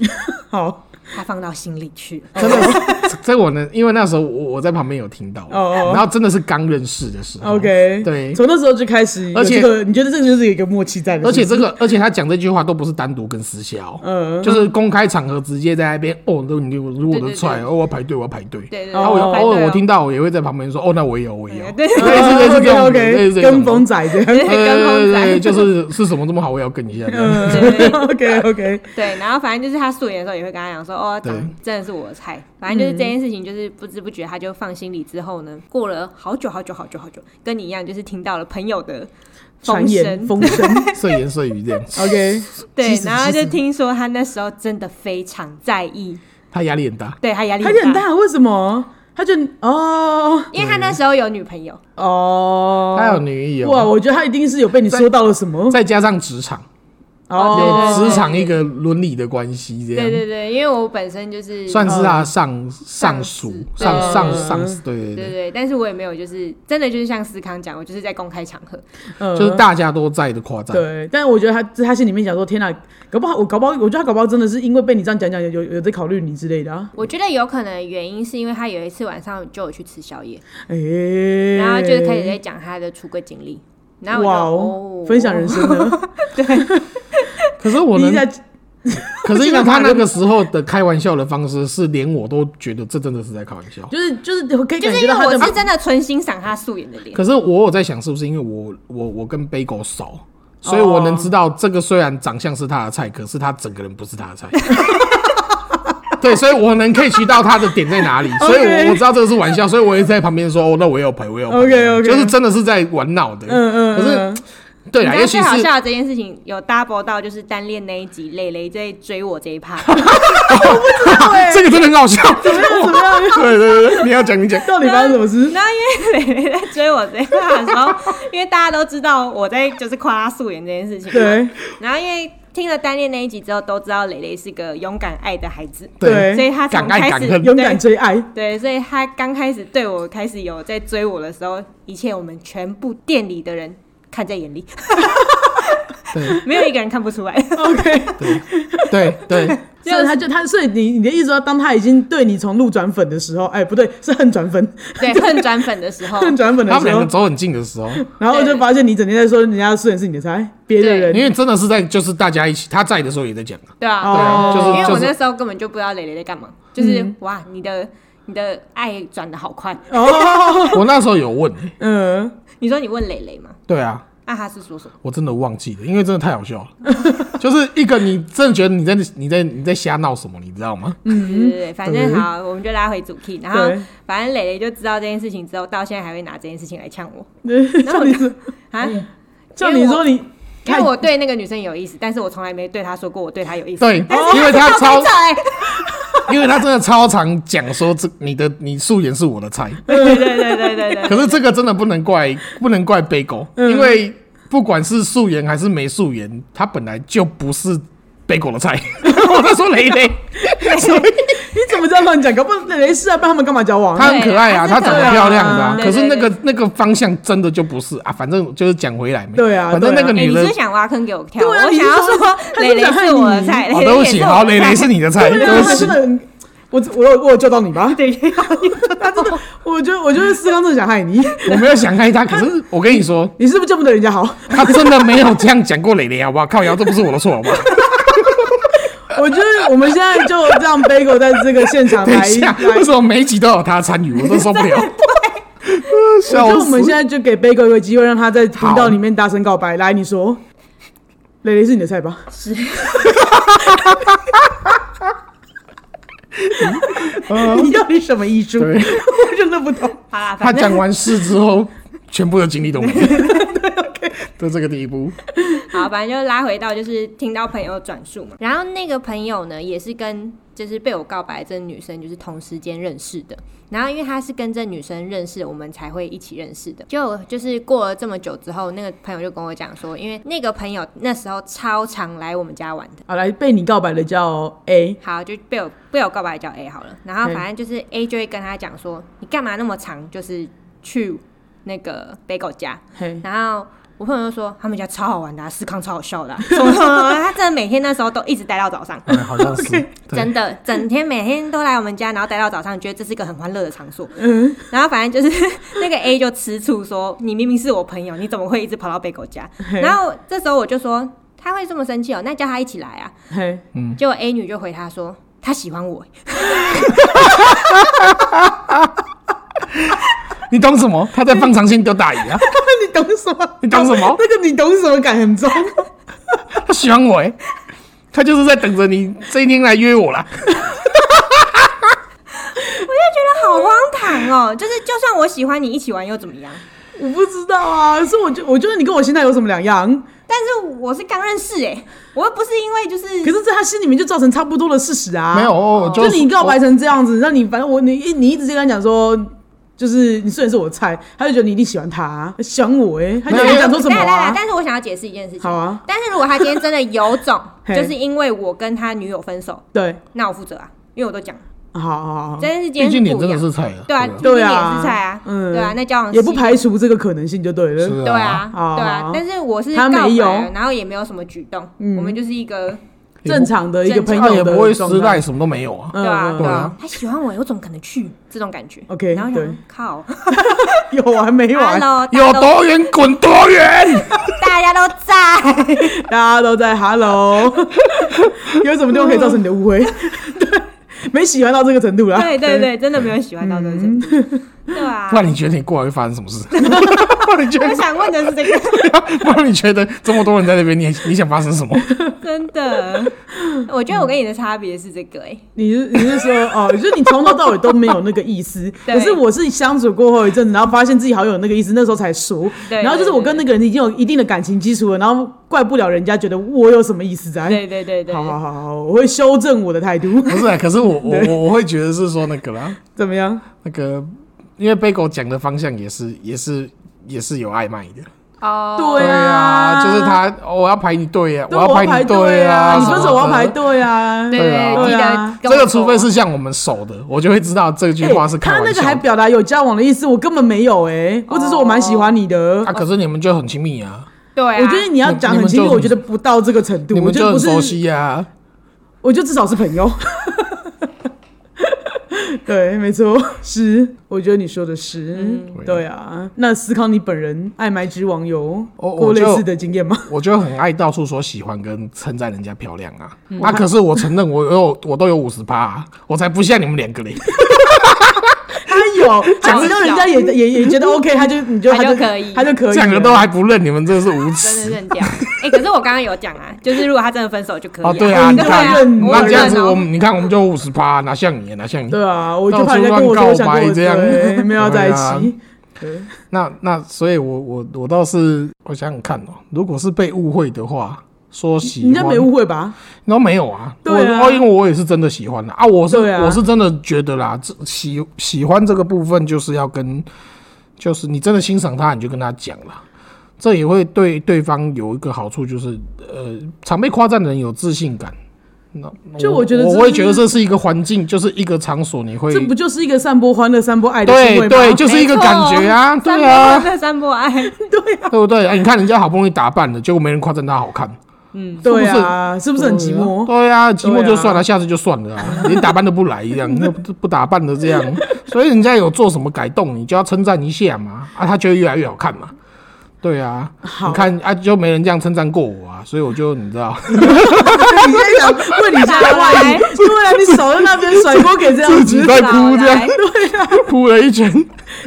[SPEAKER 3] 哦
[SPEAKER 1] 好，
[SPEAKER 2] 她放到心里去了。
[SPEAKER 3] 真的是，这我能，因为那时候我我在旁边有听到，
[SPEAKER 1] 哦哦
[SPEAKER 3] 然后真的是刚认识的时候
[SPEAKER 1] OK，
[SPEAKER 3] 对，
[SPEAKER 1] 从那时候就开始有
[SPEAKER 3] 而且
[SPEAKER 1] 这个，你觉得这个就是有一个默契在的，
[SPEAKER 3] 而且
[SPEAKER 1] 是不
[SPEAKER 3] 这
[SPEAKER 1] 是
[SPEAKER 3] 个，而且他讲这句话都不是单独跟私下哦，
[SPEAKER 1] 嗯，
[SPEAKER 3] 就是公开场合直接在那边哦，那你如果
[SPEAKER 2] 对
[SPEAKER 3] 的
[SPEAKER 2] 对
[SPEAKER 3] 出来，
[SPEAKER 2] 对
[SPEAKER 3] 哦，我要排队，我要排队，
[SPEAKER 2] 对对对，
[SPEAKER 3] 然后我
[SPEAKER 1] 哦
[SPEAKER 2] 排
[SPEAKER 3] 偶
[SPEAKER 2] 队
[SPEAKER 3] 尔
[SPEAKER 2] 哦
[SPEAKER 3] 我听到，我也会在旁边说，哦，那我也有，我也有，
[SPEAKER 2] 对哦
[SPEAKER 3] 类似类似这
[SPEAKER 1] OK
[SPEAKER 3] 种的，类
[SPEAKER 1] OK，
[SPEAKER 3] 似这种的
[SPEAKER 1] 啊跟风仔这样。
[SPEAKER 2] 对跟风仔嗯
[SPEAKER 3] 对，就是是什么这么好，我也要跟一下这 样。
[SPEAKER 2] 对对
[SPEAKER 1] OK OK，
[SPEAKER 2] 对，然后反正就是他素颜的时候也会跟他讲说，哦，
[SPEAKER 3] 对
[SPEAKER 2] 长真的是我的菜。反正就是这件事情，就是不知不觉他就放心里。之后呢，过了好久好久好久好久，跟你一样，就是听到了朋友的
[SPEAKER 1] 传
[SPEAKER 2] 风
[SPEAKER 1] 言
[SPEAKER 2] 声，
[SPEAKER 1] 风声。
[SPEAKER 3] 碎言碎语这样，
[SPEAKER 1] OK，
[SPEAKER 2] 对
[SPEAKER 3] 其，实
[SPEAKER 2] 然后
[SPEAKER 3] 其实
[SPEAKER 2] 就听说他那时候真的非常在意，
[SPEAKER 3] 他压力很大。
[SPEAKER 2] 对他压力
[SPEAKER 1] 他就很，大，为什么？他就哦
[SPEAKER 2] 因为他那时候有女朋友，
[SPEAKER 1] 哦，
[SPEAKER 3] 他有女友，
[SPEAKER 1] 哇，我觉得他一定是有被你说到了什么
[SPEAKER 3] 再加上职场，
[SPEAKER 1] 哦
[SPEAKER 2] 对对
[SPEAKER 3] 职场一个伦理的关系，这样
[SPEAKER 2] 对对对，因为我本身就是
[SPEAKER 3] 啊算是他上上属
[SPEAKER 2] 对
[SPEAKER 3] 上上
[SPEAKER 1] 嗯
[SPEAKER 3] 上司，对对
[SPEAKER 2] 对
[SPEAKER 3] 对，
[SPEAKER 2] 对，但是我也没有就是真的就是像思康讲，我就是在公开场合，
[SPEAKER 1] 嗯
[SPEAKER 3] 就是大家都在的夸张。
[SPEAKER 1] 对，但是我觉得他他心里面想说，天哪，搞不好我搞不好，我觉得他搞不好真的是因为被你这样讲讲，有有有在考虑你之类的啊。
[SPEAKER 2] 我觉得有可能原因是因为他有一次晚上就有去吃宵夜，
[SPEAKER 1] 哎、
[SPEAKER 3] 嗯
[SPEAKER 2] 然后就开始在讲他的出柜经历，然后我就
[SPEAKER 1] 哇哦
[SPEAKER 2] 哦，
[SPEAKER 1] 分享人生的，
[SPEAKER 3] 可是 我
[SPEAKER 1] 你
[SPEAKER 3] 能
[SPEAKER 1] 一，下
[SPEAKER 3] 可是因为他那个时候的开玩笑的方式，是连我都觉得这真的是在开玩笑。
[SPEAKER 1] 就是就是可以
[SPEAKER 2] 就
[SPEAKER 1] 感
[SPEAKER 2] 是
[SPEAKER 1] 觉
[SPEAKER 2] 因为
[SPEAKER 1] 到他
[SPEAKER 2] 我是
[SPEAKER 1] 的
[SPEAKER 2] 真的纯欣赏他素颜的脸，
[SPEAKER 3] 可是我有在想，是不是因为我我我跟 Bagel 熟，所以我能知道这个虽然长相是他的菜，可是他整个人不是他 的菜。对，所以我能 catch 到他的点在 哪里，所以
[SPEAKER 1] OK
[SPEAKER 3] 我我知道这个是玩笑，所以我也在旁边说，哦，那我也有陪，我也有陪
[SPEAKER 1] OK，OK
[SPEAKER 3] 就是真的是在玩闹的。
[SPEAKER 1] 嗯嗯，
[SPEAKER 3] 可是
[SPEAKER 1] 嗯
[SPEAKER 3] 对
[SPEAKER 2] 你
[SPEAKER 3] 啦，
[SPEAKER 2] 知
[SPEAKER 3] 也
[SPEAKER 2] 道
[SPEAKER 3] 许
[SPEAKER 2] 最好
[SPEAKER 3] 是
[SPEAKER 2] 笑的这件事情有 double 到，就是单恋那一集，蕾蕾在追我这一趴，
[SPEAKER 3] 这个真的很好笑。
[SPEAKER 1] 怎么样？
[SPEAKER 3] 对对对，你要讲你讲，
[SPEAKER 1] 到底发生什么事？
[SPEAKER 2] 然后因为蕾蕾在追我这一趴的时候， 因为大家都知道我在就是夸她素颜这件事情，
[SPEAKER 1] 对。
[SPEAKER 2] 然后因为听了单恋那一集之后，都知道蕾蕾是个勇敢爱的孩子，
[SPEAKER 1] 对
[SPEAKER 2] 所以她从
[SPEAKER 3] 敢爱
[SPEAKER 2] 开
[SPEAKER 3] 敢
[SPEAKER 2] 始
[SPEAKER 3] 恨
[SPEAKER 1] 勇敢追爱，
[SPEAKER 2] 对，所以她刚开始对我开始有在追我的时候，一切我们全部店里的人看在眼里，
[SPEAKER 3] 对
[SPEAKER 2] 没有一个人看不出来。
[SPEAKER 1] OK，
[SPEAKER 3] 对 对，
[SPEAKER 1] 所以他就他，所以你你的意思说，当他已经对你从路转粉的时候，哎，不对，是恨转粉，
[SPEAKER 2] 对，恨转粉的时候，
[SPEAKER 1] 恨转粉的
[SPEAKER 3] 哦他们
[SPEAKER 1] 时
[SPEAKER 3] 两个
[SPEAKER 1] 候，
[SPEAKER 3] 走很近的时候，
[SPEAKER 1] 然后就发现你整天在说人家的素颜是你的菜，别的
[SPEAKER 2] 对
[SPEAKER 1] 人
[SPEAKER 3] 因为真的是在就是大家一起，他在的时候也在讲啊，
[SPEAKER 2] 对啊，
[SPEAKER 1] 对啊就是
[SPEAKER 2] 因为
[SPEAKER 3] 就
[SPEAKER 2] 我
[SPEAKER 3] 是
[SPEAKER 2] 那时候根本就不知道蕾蕾在干嘛，就是、哇，你的你的爱转的好快。
[SPEAKER 1] 哦，
[SPEAKER 3] 我那时候有问，欸
[SPEAKER 1] 嗯，
[SPEAKER 2] 你说你问蕾蕾吗？
[SPEAKER 3] 对啊，
[SPEAKER 2] 啊，他是说什么？
[SPEAKER 3] 我真的忘记了，因为真的太好笑了，就是一个你真的觉得你在你在你在瞎闹什么，你知道吗？
[SPEAKER 2] 嗯，对对，反正好，我们就拉回主 key，然后
[SPEAKER 1] 对
[SPEAKER 2] 反正蕾蕾就知道这件事情之后，到现在还会拿这件事情来呛我
[SPEAKER 1] 像你说，
[SPEAKER 2] 啊，
[SPEAKER 1] 像你说你
[SPEAKER 2] 因
[SPEAKER 1] 太
[SPEAKER 2] 为我对那个女生有意思，但是我从来没对她说过我对她有意思。哎
[SPEAKER 3] 对，
[SPEAKER 2] 但是
[SPEAKER 3] 因为他
[SPEAKER 2] 她
[SPEAKER 3] 超
[SPEAKER 2] 没，扯
[SPEAKER 3] 因为他真的超常讲说这你的你素颜是我的菜，
[SPEAKER 2] 欸对对对对 对对，
[SPEAKER 3] 可是这个真的不能怪不能怪背狗，
[SPEAKER 1] 嗯
[SPEAKER 3] 因为不管是素颜还是没素颜，他本来就不是背狗的菜。 我在说雷雷，所以
[SPEAKER 1] 你怎么这样乱讲？搞不好没事啊，不然他们干嘛交往 啊？
[SPEAKER 3] 她很可爱啊，
[SPEAKER 2] 对
[SPEAKER 3] 她
[SPEAKER 2] 她是
[SPEAKER 3] 长得漂亮的、啊，
[SPEAKER 2] 可爱啊
[SPEAKER 3] 可是那
[SPEAKER 2] 对对
[SPEAKER 3] 个那个方向真的就不是啊。反正就是讲回来没，
[SPEAKER 1] 对啊
[SPEAKER 3] 反正那个
[SPEAKER 2] 欸
[SPEAKER 3] 女
[SPEAKER 2] 你
[SPEAKER 3] 的
[SPEAKER 2] 是不是，想挖坑给我跳？
[SPEAKER 1] 对啊
[SPEAKER 2] 我
[SPEAKER 1] 你是
[SPEAKER 2] 想要
[SPEAKER 1] 说
[SPEAKER 2] 说
[SPEAKER 1] 她
[SPEAKER 2] 蕾
[SPEAKER 1] 是
[SPEAKER 2] 蕾
[SPEAKER 1] 想
[SPEAKER 2] 是
[SPEAKER 1] 恨
[SPEAKER 2] 我的
[SPEAKER 1] 哎你
[SPEAKER 2] 菜，
[SPEAKER 3] 哦，
[SPEAKER 2] 蕾
[SPEAKER 3] 对不
[SPEAKER 2] 蕾也
[SPEAKER 3] 起，
[SPEAKER 2] 是
[SPEAKER 3] 好，
[SPEAKER 2] 我的
[SPEAKER 3] 雷雷
[SPEAKER 2] 菜。
[SPEAKER 3] 是你的菜，
[SPEAKER 1] 对
[SPEAKER 3] 对
[SPEAKER 1] 啊，
[SPEAKER 3] 不
[SPEAKER 1] 他
[SPEAKER 3] 起
[SPEAKER 1] 真的，很，我我有我有救到你吧？
[SPEAKER 2] 对，
[SPEAKER 1] 他真的，我觉得我觉得思康真的想害你，
[SPEAKER 3] 我没有想害她，可是我跟你说，
[SPEAKER 1] 你是不是见不得人家好？
[SPEAKER 3] 她真的没有这样讲过雷雷，好不好？靠，瑶，这不是我的错， 好不好？
[SPEAKER 1] 我觉得我们现在就让 Bagel 在这个现场
[SPEAKER 3] 等一
[SPEAKER 1] 来
[SPEAKER 3] 下，
[SPEAKER 1] 来
[SPEAKER 3] 为什么每一集都有她参与？我真受不 了。啊笑
[SPEAKER 1] 啊我觉得我
[SPEAKER 3] 死！
[SPEAKER 1] 们现在就给 Bagel 一个机会，让他在频道里面大声告白。来，你说，蕾蕾是你的菜吧？是。 你到底什么艺术？
[SPEAKER 3] 对
[SPEAKER 1] 我真的不懂。
[SPEAKER 2] 好啦，
[SPEAKER 3] 他
[SPEAKER 2] 反
[SPEAKER 3] 讲
[SPEAKER 2] 正
[SPEAKER 3] 完事之后，全部的精力都没 了。就这个地步，
[SPEAKER 2] 好，反正就拉回到就是听到朋友转述嘛，然后那个朋友呢也是跟就是被我告白这女生就是同时间认识的，然后因为他是跟这女生认识，我们才会一起认识的。就就是过了这么久之后，那个朋友就跟我讲说，因为那个朋友那时候超常来我们家玩的。
[SPEAKER 1] 好，来被你告白的叫 A，
[SPEAKER 2] 好，就被我被我告白叫 A 好了，然后
[SPEAKER 1] 嗯
[SPEAKER 2] 反正就是 A 就会跟他讲说，你干嘛那么长，就是去那个 Bagel 家，
[SPEAKER 1] 嘿，
[SPEAKER 2] 然后我朋友就说他们家超好玩的、啊，思康超好 笑的、啊，什么什么他真的每天那时候都一直待到早上，
[SPEAKER 3] 哎，好像 是对
[SPEAKER 2] 真的整天每天都来我们家，然后待到早上，觉得这是一个很欢乐的场所。
[SPEAKER 1] 嗯，
[SPEAKER 2] 然后反正就是 那个 A 就吃醋说你明明是我朋友，你怎么会一直跑到贝狗家？
[SPEAKER 1] 嗯
[SPEAKER 2] 然后这时候我就说他会这么生气哦，那叫他一起来啊。
[SPEAKER 1] 嘿，
[SPEAKER 2] 结果 A 女就回他说他喜欢我，
[SPEAKER 3] 你懂什么？他在放长线钓大鱼啊！
[SPEAKER 1] 你懂什么？
[SPEAKER 3] 你懂什么
[SPEAKER 1] 那个你懂什么感很重。
[SPEAKER 3] 他喜欢我哎、他就是在等着你这一天来约我啦。
[SPEAKER 2] 好荒唐哦！就是就算我喜欢你一起玩又怎么样？
[SPEAKER 1] 我不知道啊，所以我觉我觉得你跟我现在有什么两样？
[SPEAKER 2] 但是我是刚认识哎、我又不是因为就是
[SPEAKER 1] 可是在他心里面就造成差不多的事实啊。
[SPEAKER 3] 没有，我
[SPEAKER 1] 就你告白
[SPEAKER 3] 我
[SPEAKER 1] 成这样子，那你反正我你一你一直在跟他讲说，就是你虽然是我的菜，他就觉得你一定喜欢他、喜欢我哎、他就
[SPEAKER 3] 没有
[SPEAKER 1] 跟你讲说什么
[SPEAKER 2] 来来来，
[SPEAKER 1] 啊？
[SPEAKER 2] 但是我想要解释一件事情。
[SPEAKER 1] 好啊，，
[SPEAKER 2] 但是如果他今天真的有种
[SPEAKER 1] 嘿
[SPEAKER 2] 就是因为我跟他女友分手，
[SPEAKER 1] 对，
[SPEAKER 2] 那我负责啊，因为我都讲了，
[SPEAKER 1] 好好好
[SPEAKER 2] 这，件事
[SPEAKER 3] 毕
[SPEAKER 2] 今天
[SPEAKER 3] 竟脸
[SPEAKER 2] 不
[SPEAKER 3] 真
[SPEAKER 2] 一
[SPEAKER 3] 的
[SPEAKER 2] 样。
[SPEAKER 3] 是菜啊。
[SPEAKER 2] 对啊，
[SPEAKER 3] 吧
[SPEAKER 2] 毕竟
[SPEAKER 1] 对啊
[SPEAKER 2] 也是菜啊，
[SPEAKER 1] 嗯
[SPEAKER 2] 对啊，那交往
[SPEAKER 1] 也不
[SPEAKER 2] 是
[SPEAKER 1] 排除这个可能性就对了。
[SPEAKER 3] 是
[SPEAKER 2] 对啊，
[SPEAKER 1] 哦
[SPEAKER 2] 对啊，但是我是
[SPEAKER 1] 他没
[SPEAKER 2] 告白
[SPEAKER 1] 有嗯
[SPEAKER 2] 了然后也没有什么举动，我们就是一个
[SPEAKER 1] 正常的一个
[SPEAKER 2] 正
[SPEAKER 1] 朋
[SPEAKER 2] 常
[SPEAKER 3] 他也
[SPEAKER 1] 友
[SPEAKER 3] 不
[SPEAKER 1] 的
[SPEAKER 3] 会
[SPEAKER 1] 状
[SPEAKER 3] 失
[SPEAKER 1] 态
[SPEAKER 3] 败，，什么都没有啊。
[SPEAKER 1] 嗯
[SPEAKER 2] 对啊，
[SPEAKER 1] 嗯
[SPEAKER 2] 对
[SPEAKER 3] 对
[SPEAKER 2] 啊
[SPEAKER 3] 啊，
[SPEAKER 2] 他喜欢我，我怎么可能去这种感觉
[SPEAKER 1] OK，
[SPEAKER 2] 然后
[SPEAKER 1] 对
[SPEAKER 2] 想 靠
[SPEAKER 1] 有完没完？
[SPEAKER 2] ，Hello，大家
[SPEAKER 3] 有
[SPEAKER 2] 都
[SPEAKER 3] 多远滚多远，
[SPEAKER 1] 嗯
[SPEAKER 2] 大家都在，
[SPEAKER 1] 大家都在 Hello，有什么地方可以造成你的 误会？对，没喜欢到这个程度啦。
[SPEAKER 2] 对
[SPEAKER 3] 嗯
[SPEAKER 2] 对对，真的没有喜欢到这个程度。对啊
[SPEAKER 3] 不。然你觉得你过来会发生什么事？ 不然你觉
[SPEAKER 2] 我想问的是这个，
[SPEAKER 3] 得，不然你觉得这么多人在那边，你你想发生 什么？
[SPEAKER 2] 真的，我觉得我跟你的差别是这个、哎，
[SPEAKER 1] 你是你是说哦，就是你从头到尾都没有那个意思，
[SPEAKER 2] 对
[SPEAKER 1] 可是我是相处过后一阵子，然后发现自己好像有那个意思，那时候才熟。
[SPEAKER 2] 对
[SPEAKER 1] 然后就是我跟那个人已经有一定的感情基础了，然后怪不了人家觉得我有什么意思
[SPEAKER 3] 嗯
[SPEAKER 1] 在。
[SPEAKER 2] 对对对对，
[SPEAKER 1] 好好好好，我会修正我的态 度。
[SPEAKER 3] 不是啊，可是我我我我会觉得是说那个啦，
[SPEAKER 1] 怎么样？
[SPEAKER 3] 那个，因为贝狗讲的方向也是也是也是有暧昧的。
[SPEAKER 2] 哦，
[SPEAKER 1] 对
[SPEAKER 3] 啊，
[SPEAKER 1] 啊
[SPEAKER 3] 就是他，哦我要排你队啊，
[SPEAKER 1] 对
[SPEAKER 3] 要
[SPEAKER 1] 我
[SPEAKER 3] 排你
[SPEAKER 1] 队
[SPEAKER 3] 啊，
[SPEAKER 1] 你
[SPEAKER 3] 什么
[SPEAKER 1] 分手我要排
[SPEAKER 3] 的。
[SPEAKER 1] 队啊。
[SPEAKER 2] 对
[SPEAKER 3] 对啊
[SPEAKER 2] 对，记
[SPEAKER 1] 对啊
[SPEAKER 2] 得跟
[SPEAKER 3] 这
[SPEAKER 2] 我
[SPEAKER 3] 个除非是像我们熟的，我就会知道这句
[SPEAKER 1] 哎
[SPEAKER 3] 话是开
[SPEAKER 1] 他那
[SPEAKER 3] 玩
[SPEAKER 1] 个
[SPEAKER 3] 笑
[SPEAKER 1] 还
[SPEAKER 3] 的。
[SPEAKER 1] 表达有交往的意思，我根本没有哎、我只是说我蛮喜欢你的。
[SPEAKER 2] 哦
[SPEAKER 3] 啊，可是你们就很亲密啊，
[SPEAKER 2] 对啊，
[SPEAKER 1] 我觉得你要讲很清
[SPEAKER 3] 你们
[SPEAKER 1] 楚，
[SPEAKER 3] 就
[SPEAKER 1] 我觉得不到这个程度，
[SPEAKER 3] 你
[SPEAKER 1] 我
[SPEAKER 3] 们
[SPEAKER 1] 觉
[SPEAKER 3] 就
[SPEAKER 1] 得
[SPEAKER 3] 很
[SPEAKER 1] 不
[SPEAKER 3] 熟
[SPEAKER 1] 是，
[SPEAKER 3] 悉啊。
[SPEAKER 1] 我就至少是朋友。 对，没错，是，我觉得你说的是，
[SPEAKER 3] 嗯
[SPEAKER 1] 对啊。那思考你本人爱买之网友
[SPEAKER 3] 我
[SPEAKER 1] 过
[SPEAKER 3] 哦我
[SPEAKER 1] 类
[SPEAKER 3] 就
[SPEAKER 1] 似的经验吗？
[SPEAKER 3] 我就很爱到处说喜欢跟称赞人家漂亮啊。
[SPEAKER 1] 嗯
[SPEAKER 3] 啊，可是我承认我 有我都有五十趴，啊我才不像你们两个嘞。
[SPEAKER 1] 他 有，他
[SPEAKER 2] 讲
[SPEAKER 1] 啊知道
[SPEAKER 2] 得
[SPEAKER 1] 人
[SPEAKER 2] 小
[SPEAKER 1] 家也也也觉得 OK，他就你就
[SPEAKER 2] 他
[SPEAKER 1] 就
[SPEAKER 2] 就可以
[SPEAKER 1] 他就可以，
[SPEAKER 3] 讲了都还不认，你们真的是无
[SPEAKER 2] 真的
[SPEAKER 3] 耻。
[SPEAKER 2] 认掉。哎、可是我刚刚有讲啊，就是如果他真的分手就可以、
[SPEAKER 3] 哦，对
[SPEAKER 1] 哎
[SPEAKER 3] 啊，
[SPEAKER 1] 你
[SPEAKER 3] 你
[SPEAKER 1] 都
[SPEAKER 3] 看
[SPEAKER 1] 还认，
[SPEAKER 3] 你看这样子，
[SPEAKER 2] 我也认哦
[SPEAKER 3] 我们你看我们就五十趴，哪像你啊，哪像你。
[SPEAKER 1] 对啊，我就
[SPEAKER 3] 到
[SPEAKER 1] 怕人
[SPEAKER 3] 处
[SPEAKER 1] 家跟我
[SPEAKER 3] 乱
[SPEAKER 1] 说我
[SPEAKER 3] 告
[SPEAKER 1] 想
[SPEAKER 3] 白
[SPEAKER 1] 跟我
[SPEAKER 3] 这样
[SPEAKER 1] 对没有要在一
[SPEAKER 3] 对
[SPEAKER 1] 起。对，
[SPEAKER 3] 那那，所以我我我倒是我想想看哦，如果是被误会的话，说喜
[SPEAKER 1] 你应
[SPEAKER 3] 欢，
[SPEAKER 1] 该没误会吧？
[SPEAKER 3] 然后没有啊，
[SPEAKER 1] 对啊
[SPEAKER 3] 我哦因为我也是真的喜欢啦啊，我是、
[SPEAKER 1] 对啊
[SPEAKER 3] 我是真的觉得啦，这喜喜欢这个部分就是要跟，就是你真的欣赏他，你就跟他讲啦。这也会对对方有一个好处，就是呃，常被夸赞的人有自信感。那
[SPEAKER 1] 就我觉得这
[SPEAKER 3] 我
[SPEAKER 1] 是
[SPEAKER 3] 会觉得这是一个环境，就是一个场所，你会
[SPEAKER 1] 这不就是一个散播欢乐、散播爱的行为
[SPEAKER 3] 对
[SPEAKER 1] 吗？
[SPEAKER 3] 对，就是一个感觉啊，
[SPEAKER 2] 没错
[SPEAKER 3] 对啊，
[SPEAKER 2] 三波爱三波爱，
[SPEAKER 3] 对不对？哎，你看人家好不容易打扮了，结果没人夸赞他好看，
[SPEAKER 1] 对啊，是不是很寂寞？
[SPEAKER 3] 对啊，寂寞
[SPEAKER 1] 对啊
[SPEAKER 3] 就算了，下次就算 了啊，连打扮都不来一样，那不不打扮的这样，所以人家有做什么改动，你就要称赞一下嘛，啊，他就会越来越好看嘛。对啊，
[SPEAKER 1] 好
[SPEAKER 3] 你看啊，就没人这样称赞过我啊，所以我就你知道，
[SPEAKER 1] 你在想问你家的外衣，对啊，你手在那边甩锅给这样
[SPEAKER 3] 自己
[SPEAKER 1] 子，
[SPEAKER 3] 在
[SPEAKER 2] 老
[SPEAKER 3] 哭这
[SPEAKER 2] 来
[SPEAKER 3] 样，哭了一圈。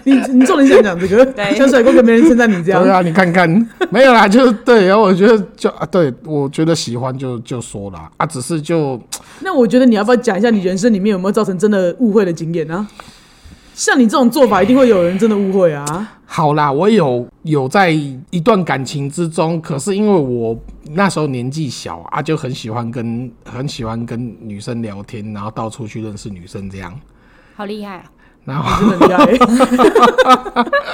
[SPEAKER 1] 你你重点想讲这个，
[SPEAKER 2] 对
[SPEAKER 1] 想甩锅给别人称赞你这样
[SPEAKER 3] 对，啊，你看看，没有啦，就是对。然后我觉得就啊，对我觉得喜欢就就说啦，啊，只是就
[SPEAKER 1] 那我觉得你要不要讲一下你人生里面有没有造成真的误会的经验啊？像你这种做法，一定会有人真的误会啊！
[SPEAKER 3] 好啦，我有有在一段感情之中，可是因为我那时候年纪小啊，就很喜欢跟很喜欢跟女生聊天，然后到处去认识女生这样。
[SPEAKER 2] 好厉害啊！
[SPEAKER 3] 然后
[SPEAKER 1] 真的很厉害、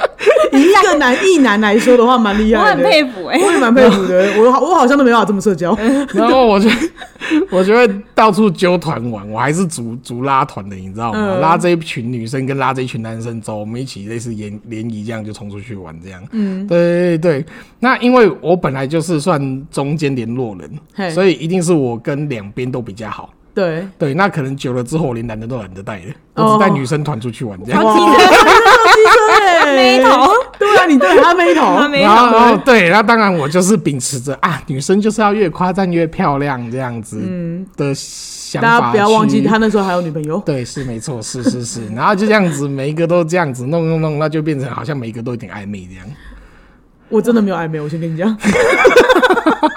[SPEAKER 1] 以一个男一男来说的话，蛮厉
[SPEAKER 2] 我
[SPEAKER 1] 害
[SPEAKER 2] 很
[SPEAKER 1] 的，
[SPEAKER 2] 佩服嗯哎、
[SPEAKER 1] 我也蛮佩服的。我好我好像都没办法这么社交，
[SPEAKER 3] 然后我就 我就会到处揪团玩，我还是组组拉团的，你知道吗？
[SPEAKER 1] 嗯
[SPEAKER 3] 拉这一群女生跟拉这一群男生走，我们一起类似联联谊这样就冲出去玩这样。嗯，对对对。那因为我本来就是算中间联络
[SPEAKER 1] 嘿
[SPEAKER 3] 人，所以一定是我跟两边都比较好。
[SPEAKER 1] 对。
[SPEAKER 3] 对，那可能久了之后，我连男的都懒得带了，
[SPEAKER 1] 哦
[SPEAKER 3] 我只带女生团出去玩这样。
[SPEAKER 2] 好机车，
[SPEAKER 1] 对，
[SPEAKER 2] 眉头，
[SPEAKER 1] 对啊，你对他眉头，
[SPEAKER 2] 他没有
[SPEAKER 3] 然后，然后对，那当然我就是秉持着啊，女生就是要越夸赞越漂亮这样子的想
[SPEAKER 1] 嗯
[SPEAKER 3] 法、
[SPEAKER 1] 大家不要忘记，他。那时候还有女朋友。
[SPEAKER 3] 对，是没错，是是是， 然后就这样子，每一个都这样子弄弄弄，那就变成好像每一个都有点暧昧这样。
[SPEAKER 1] 我真的没有暧昧，我先跟你 讲，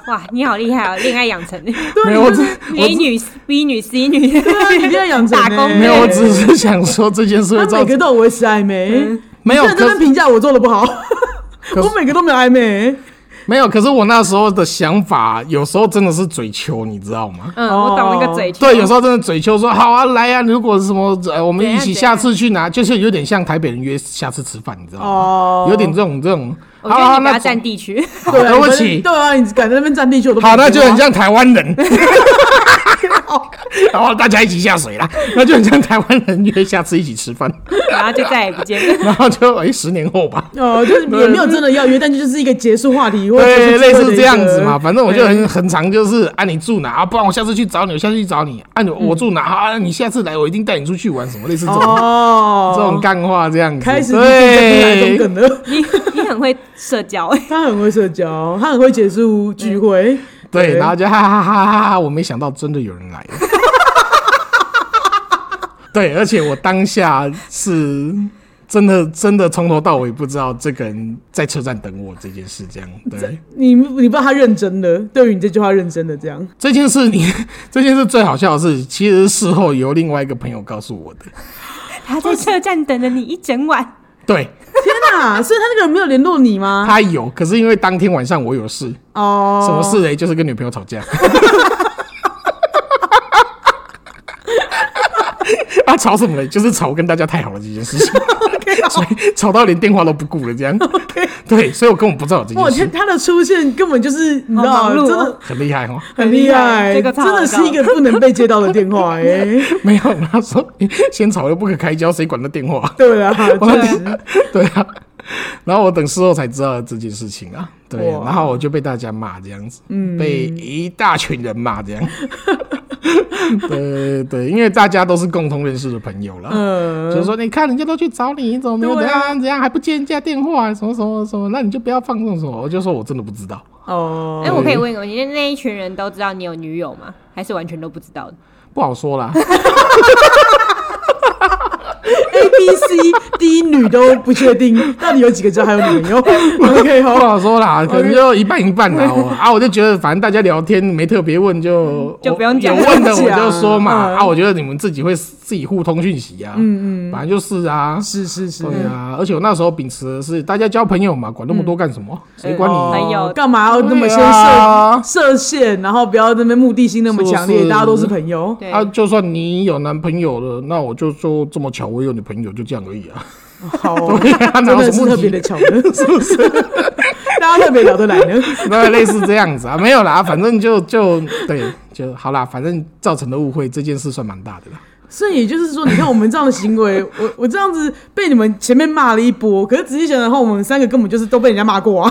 [SPEAKER 2] 哇，你好厉害哦，恋爱养成
[SPEAKER 3] 没 有，我只
[SPEAKER 2] ，A 女、B 女、C 女，
[SPEAKER 1] 对啊，你一定要养成、欸、
[SPEAKER 2] 打工妹
[SPEAKER 3] 没有，我只是想说这件事会
[SPEAKER 1] 他
[SPEAKER 3] 造
[SPEAKER 1] 每个
[SPEAKER 3] 成
[SPEAKER 1] 都有维持暧昧，
[SPEAKER 3] 嗯没有，
[SPEAKER 1] 你现在这
[SPEAKER 3] 可
[SPEAKER 1] 边
[SPEAKER 3] 是
[SPEAKER 1] 评价我做的不好，
[SPEAKER 3] 可是
[SPEAKER 1] 我每个都没有暧昧、
[SPEAKER 3] 没有，可是我那时候的想法，有时候真的是嘴求，你知道吗？
[SPEAKER 2] 嗯，我懂那个嘴
[SPEAKER 3] 哦对，有时候真的嘴臭说好啊，来啊，如果是什么，呃，我们一起
[SPEAKER 2] 怎样
[SPEAKER 3] 下次去拿，就是有点像台北人约下次吃饭，你知道吗？
[SPEAKER 1] 哦，
[SPEAKER 3] 有点这种这种。
[SPEAKER 2] 我
[SPEAKER 3] 好
[SPEAKER 2] 觉得你
[SPEAKER 3] 啊，
[SPEAKER 2] 不
[SPEAKER 3] 那
[SPEAKER 2] 要占地区，
[SPEAKER 3] 好
[SPEAKER 1] 对啊，
[SPEAKER 3] 对不
[SPEAKER 1] 你
[SPEAKER 3] 起，
[SPEAKER 1] 对啊，你敢在那边占地区，我都不
[SPEAKER 3] 好，那
[SPEAKER 1] 敢
[SPEAKER 3] 就
[SPEAKER 1] 说
[SPEAKER 3] 很像台湾 人。然后大家一起下水啦，那就很像台湾人约下次一起吃饭，
[SPEAKER 2] 然后就再也不见了。
[SPEAKER 3] 然后就哎十年后吧，
[SPEAKER 1] 哦，就是也没有真的要约，但就是一个结束话题，或者
[SPEAKER 3] 对，
[SPEAKER 1] 是
[SPEAKER 3] 类似这样子嘛。反正我就很很常就是啊，你住哪啊？不然我下次去找你，我下次去找你。啊，你
[SPEAKER 2] 嗯
[SPEAKER 3] 我住哪啊？你下次来，我一定带你出去玩什么，类似这种。
[SPEAKER 1] 哦，
[SPEAKER 3] 这种干话这样子，
[SPEAKER 1] 开始
[SPEAKER 3] 对
[SPEAKER 1] 你梗了，
[SPEAKER 2] 你你很会社交哎、
[SPEAKER 1] 他很会社交，他很会结束聚会。
[SPEAKER 3] 对，然后就哈哈哈哈哈，我没想到真的有人来 了。对，而且我当下是真的真的从头到尾不知道这个人在车站等我这件事，这样对
[SPEAKER 1] 你你不知道他认真的，对于你这句话认真的这样，
[SPEAKER 3] 这件事你 这件事最好笑的是，其实是事后由另外一个朋友告诉我的，
[SPEAKER 2] 他在车站等了你一整晚，
[SPEAKER 3] 对
[SPEAKER 1] 天哪、所以他那个人没有联络你吗？
[SPEAKER 3] 他有，可是因为当天晚上我有事，
[SPEAKER 1] 哦，
[SPEAKER 3] 什么事嘞？就是跟女朋友吵架。 啊，吵什么嘞？就是吵跟大家太好了这件事情，
[SPEAKER 1] 哦
[SPEAKER 3] 所以吵到连电话都不顾了，这样。对，所以我根本不知道有这
[SPEAKER 1] 哇
[SPEAKER 3] 件
[SPEAKER 1] 天，
[SPEAKER 3] 事，
[SPEAKER 1] 他的出现根本就是你知道，
[SPEAKER 2] 好忙碌哦
[SPEAKER 1] 真的
[SPEAKER 3] 很厉害哦。
[SPEAKER 1] 很厉害，
[SPEAKER 2] 这个超
[SPEAKER 1] 真
[SPEAKER 2] 好
[SPEAKER 1] 的是一个不能被接到的电话哎、
[SPEAKER 3] 没有，他说先吵又不可开交，谁管他电话？
[SPEAKER 1] 对啊，确实，
[SPEAKER 3] 对啊。然后我等事后才知道这件事情啊，对，
[SPEAKER 1] 哇嗯
[SPEAKER 3] 然后我就被大家骂这样子，被一大群人骂这样， 对对对，因为大家都是共同认识的朋友啦，
[SPEAKER 1] 嗯、
[SPEAKER 3] 就是说，你看人家都去找你，你怎么没有怎
[SPEAKER 1] 对啊
[SPEAKER 3] 样怎样，还不接人家电话，什么什么什么，那你就不要放纵什么。我就说我真的不知道，
[SPEAKER 1] 哦，
[SPEAKER 2] 哎、我
[SPEAKER 3] 嗯
[SPEAKER 2] 可以问一个问题，那那一群人都知道你有女友吗？还是完全都不知道的？
[SPEAKER 3] 不好说啦。
[SPEAKER 1] A、B、C、D 女都不确定， 到底有几个知道还有女朋友？OK，
[SPEAKER 3] 不
[SPEAKER 1] 好，
[SPEAKER 3] 好说啦，可能就一半一半啦。我啊，我就觉得反正大家聊天没特别问就
[SPEAKER 2] 就不用
[SPEAKER 3] 有
[SPEAKER 2] 讲
[SPEAKER 3] 问的
[SPEAKER 1] 不
[SPEAKER 3] 我
[SPEAKER 1] 用讲
[SPEAKER 3] 就说嘛。
[SPEAKER 1] 嗯
[SPEAKER 3] 啊，我觉得你们自己会自己互通讯息啊，嗯嗯，反正就是啊。
[SPEAKER 1] 是是是，
[SPEAKER 3] 对啊，而且我那时候秉持的是大家交朋友嘛，管那么多干什么？
[SPEAKER 2] 哎
[SPEAKER 3] 谁管
[SPEAKER 1] 哦
[SPEAKER 3] 你？
[SPEAKER 2] 朋友
[SPEAKER 1] 干嘛要那么先
[SPEAKER 3] 对啊
[SPEAKER 1] 设设限，然后不要那边目的性那么强
[SPEAKER 3] 是
[SPEAKER 1] 烈，
[SPEAKER 3] 是
[SPEAKER 1] 大家都是朋友。
[SPEAKER 2] 对，
[SPEAKER 3] 啊，就算你有男朋友了，那我就说这么巧，我有女朋友，就这样而已啊。
[SPEAKER 1] 好哦，
[SPEAKER 3] 对啊
[SPEAKER 1] 真
[SPEAKER 3] 哪有
[SPEAKER 1] 的
[SPEAKER 3] 什
[SPEAKER 1] 是
[SPEAKER 3] 么问
[SPEAKER 1] 特
[SPEAKER 3] 题
[SPEAKER 1] 别的巧呢，是不是？ 大家特别聊得来呢。
[SPEAKER 3] 那类似这样子啊，没有啦，反正就就对就好啦，反正造成的误会这件事算蛮大的啦。
[SPEAKER 1] 所以也就是说，你看我们这样的行为， 我我这样子被你们前面骂了一波，可是仔细想想的话，我们三个根本就是都被人家骂 过啊，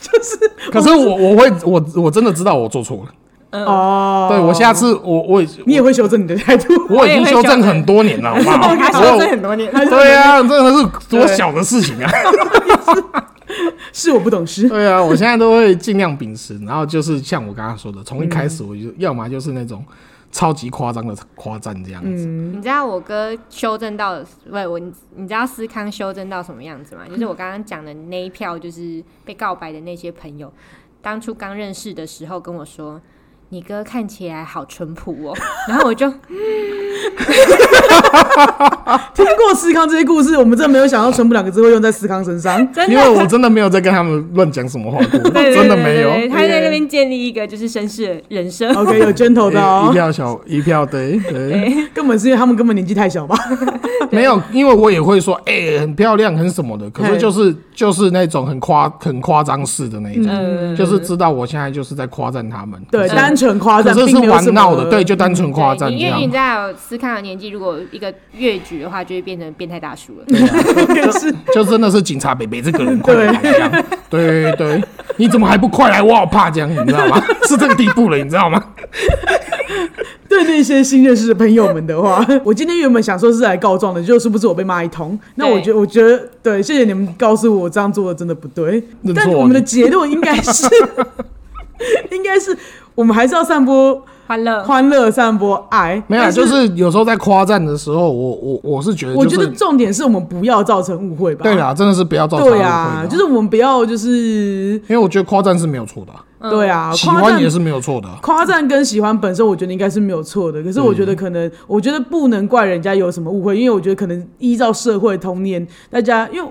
[SPEAKER 1] 就是
[SPEAKER 3] 可是我我会我我真的知道我做错了，
[SPEAKER 2] 嗯
[SPEAKER 1] 哦，
[SPEAKER 3] 对我下次我我
[SPEAKER 1] 你也会修正你的态度，
[SPEAKER 3] 我已经修正很多年了，好不 好？
[SPEAKER 2] 他
[SPEAKER 3] 我
[SPEAKER 2] 说这很多年，
[SPEAKER 3] 有对啊，真的是多小的事情啊！
[SPEAKER 1] 是我不懂事，
[SPEAKER 3] 对啊，我现在都会尽量秉持，然后就是像我刚刚说的，从一开始我就要么就是那种超级夸张的夸赞这样子，
[SPEAKER 2] 你知道我哥修正到，不是我，你知道思康修正到什么样子吗？就是我刚刚讲的那一票，就是被告白的那些朋友，当初刚认识的时候跟我说。你哥看起来好淳朴哦， 然后我就。
[SPEAKER 1] 听过思康这些故事，我们真的没有想到“淳朴”两个字会用在思康身上
[SPEAKER 2] 真
[SPEAKER 3] 因
[SPEAKER 2] 的
[SPEAKER 3] 为我真的没有在跟他们乱讲什么话过，
[SPEAKER 2] 对对
[SPEAKER 3] 哦真的
[SPEAKER 2] 对
[SPEAKER 3] 没有。
[SPEAKER 2] 对对他在那边建立一个就是绅士的人生，
[SPEAKER 1] OK，有 gentle 的
[SPEAKER 3] 哎一一
[SPEAKER 1] 哦，
[SPEAKER 3] 票小一票，对对，
[SPEAKER 1] 根本是因为他们根本年纪太小吧？
[SPEAKER 3] 没有，因为我也会说，哎、很漂亮，很什么的，可是就是就是那种很夸很夸张式的那一种，
[SPEAKER 2] 嗯
[SPEAKER 3] 就是知道我现在就是在夸赞他们，
[SPEAKER 1] 对，
[SPEAKER 3] 可是
[SPEAKER 1] 单纯夸
[SPEAKER 3] 可
[SPEAKER 1] 赞，
[SPEAKER 3] 是
[SPEAKER 1] 并没
[SPEAKER 3] 是
[SPEAKER 1] 有什
[SPEAKER 3] 玩
[SPEAKER 1] 么嗯
[SPEAKER 3] 闹的，对，，就单纯夸赞
[SPEAKER 2] 对因
[SPEAKER 3] 这
[SPEAKER 2] 为
[SPEAKER 3] 样
[SPEAKER 2] 你。知道思康的年纪，如果一个越举的话，就会变成变态大叔了。
[SPEAKER 1] 是
[SPEAKER 3] 就真的是警察北北这个人快来这样，对对，你怎么还不快来？我好怕这样，你知道 吗？是这个地步了，你知道吗？
[SPEAKER 1] 对那些新认识的朋友们的话， 我今天原本想说是来告状的，就是不是我被骂一通。那我觉得，我觉得对，谢谢你们告诉我我这样做的真的不对
[SPEAKER 3] 认错。
[SPEAKER 1] 但我们的结论应该 是，应该是我们还是要散播
[SPEAKER 2] 欢乐，
[SPEAKER 1] 欢乐，散播爱。
[SPEAKER 3] 没有啊，
[SPEAKER 1] 但
[SPEAKER 3] 就是有时候在夸赞的时候，我我我是觉得、就是，
[SPEAKER 1] 我觉得重点是我们不要造成误会吧。
[SPEAKER 3] 对啦，真的是不要造成误会
[SPEAKER 1] 对
[SPEAKER 3] 啦
[SPEAKER 1] 啊，就是我们不要就是
[SPEAKER 3] 因为我觉得夸赞是没有错的啊、
[SPEAKER 1] 对啊，
[SPEAKER 3] 喜
[SPEAKER 1] 夸
[SPEAKER 3] 欢
[SPEAKER 1] 赞
[SPEAKER 3] 也是没有错的啊、
[SPEAKER 1] 夸赞跟喜欢本身，我觉得应该是没有错的。可是我觉得可
[SPEAKER 2] 嗯
[SPEAKER 1] 能，我觉得不能怪人家有什么误会，因为我觉得可能依照社会通念，大家因为。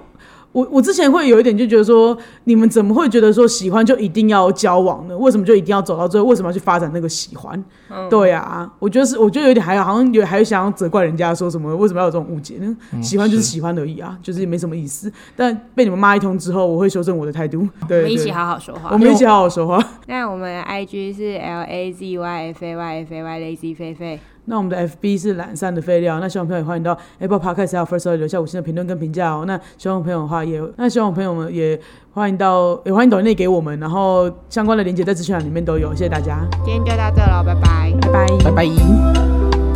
[SPEAKER 1] 我我之前会有一点就觉得说，你们怎么会觉得说喜欢就一定要交往呢？为什么就一定要走到最后？为什么要去发展那个喜欢？
[SPEAKER 2] 嗯
[SPEAKER 1] 对啊，我觉得是，我觉得有点还好，好像有还想要责怪人家说什么为什么要有这种误解呢？
[SPEAKER 2] 嗯
[SPEAKER 1] 喜欢就是喜欢而已啊，就是也没什么意思。但被你们骂一通之后，我会修正我的态度。
[SPEAKER 2] 我
[SPEAKER 1] 对
[SPEAKER 2] 们一起
[SPEAKER 1] 对
[SPEAKER 2] 好好说话
[SPEAKER 1] 我。们一起好好说话。
[SPEAKER 2] 那我们 I G 是 L A Z Y F A Y F A Y Lazy 菲菲，
[SPEAKER 1] 那我们的 FB 是懒散的废料，那希望朋友也欢迎到 Apple Podcast 还有 First Story 留下五星的评论跟评价哦。那希望朋友的话也，那希望朋友们也欢迎到，也欢迎抖内给我们，然后相关的链接在资讯栏里面都有，谢谢大家，
[SPEAKER 2] 今天就到这了，拜拜。
[SPEAKER 1] 拜拜。
[SPEAKER 3] 拜拜。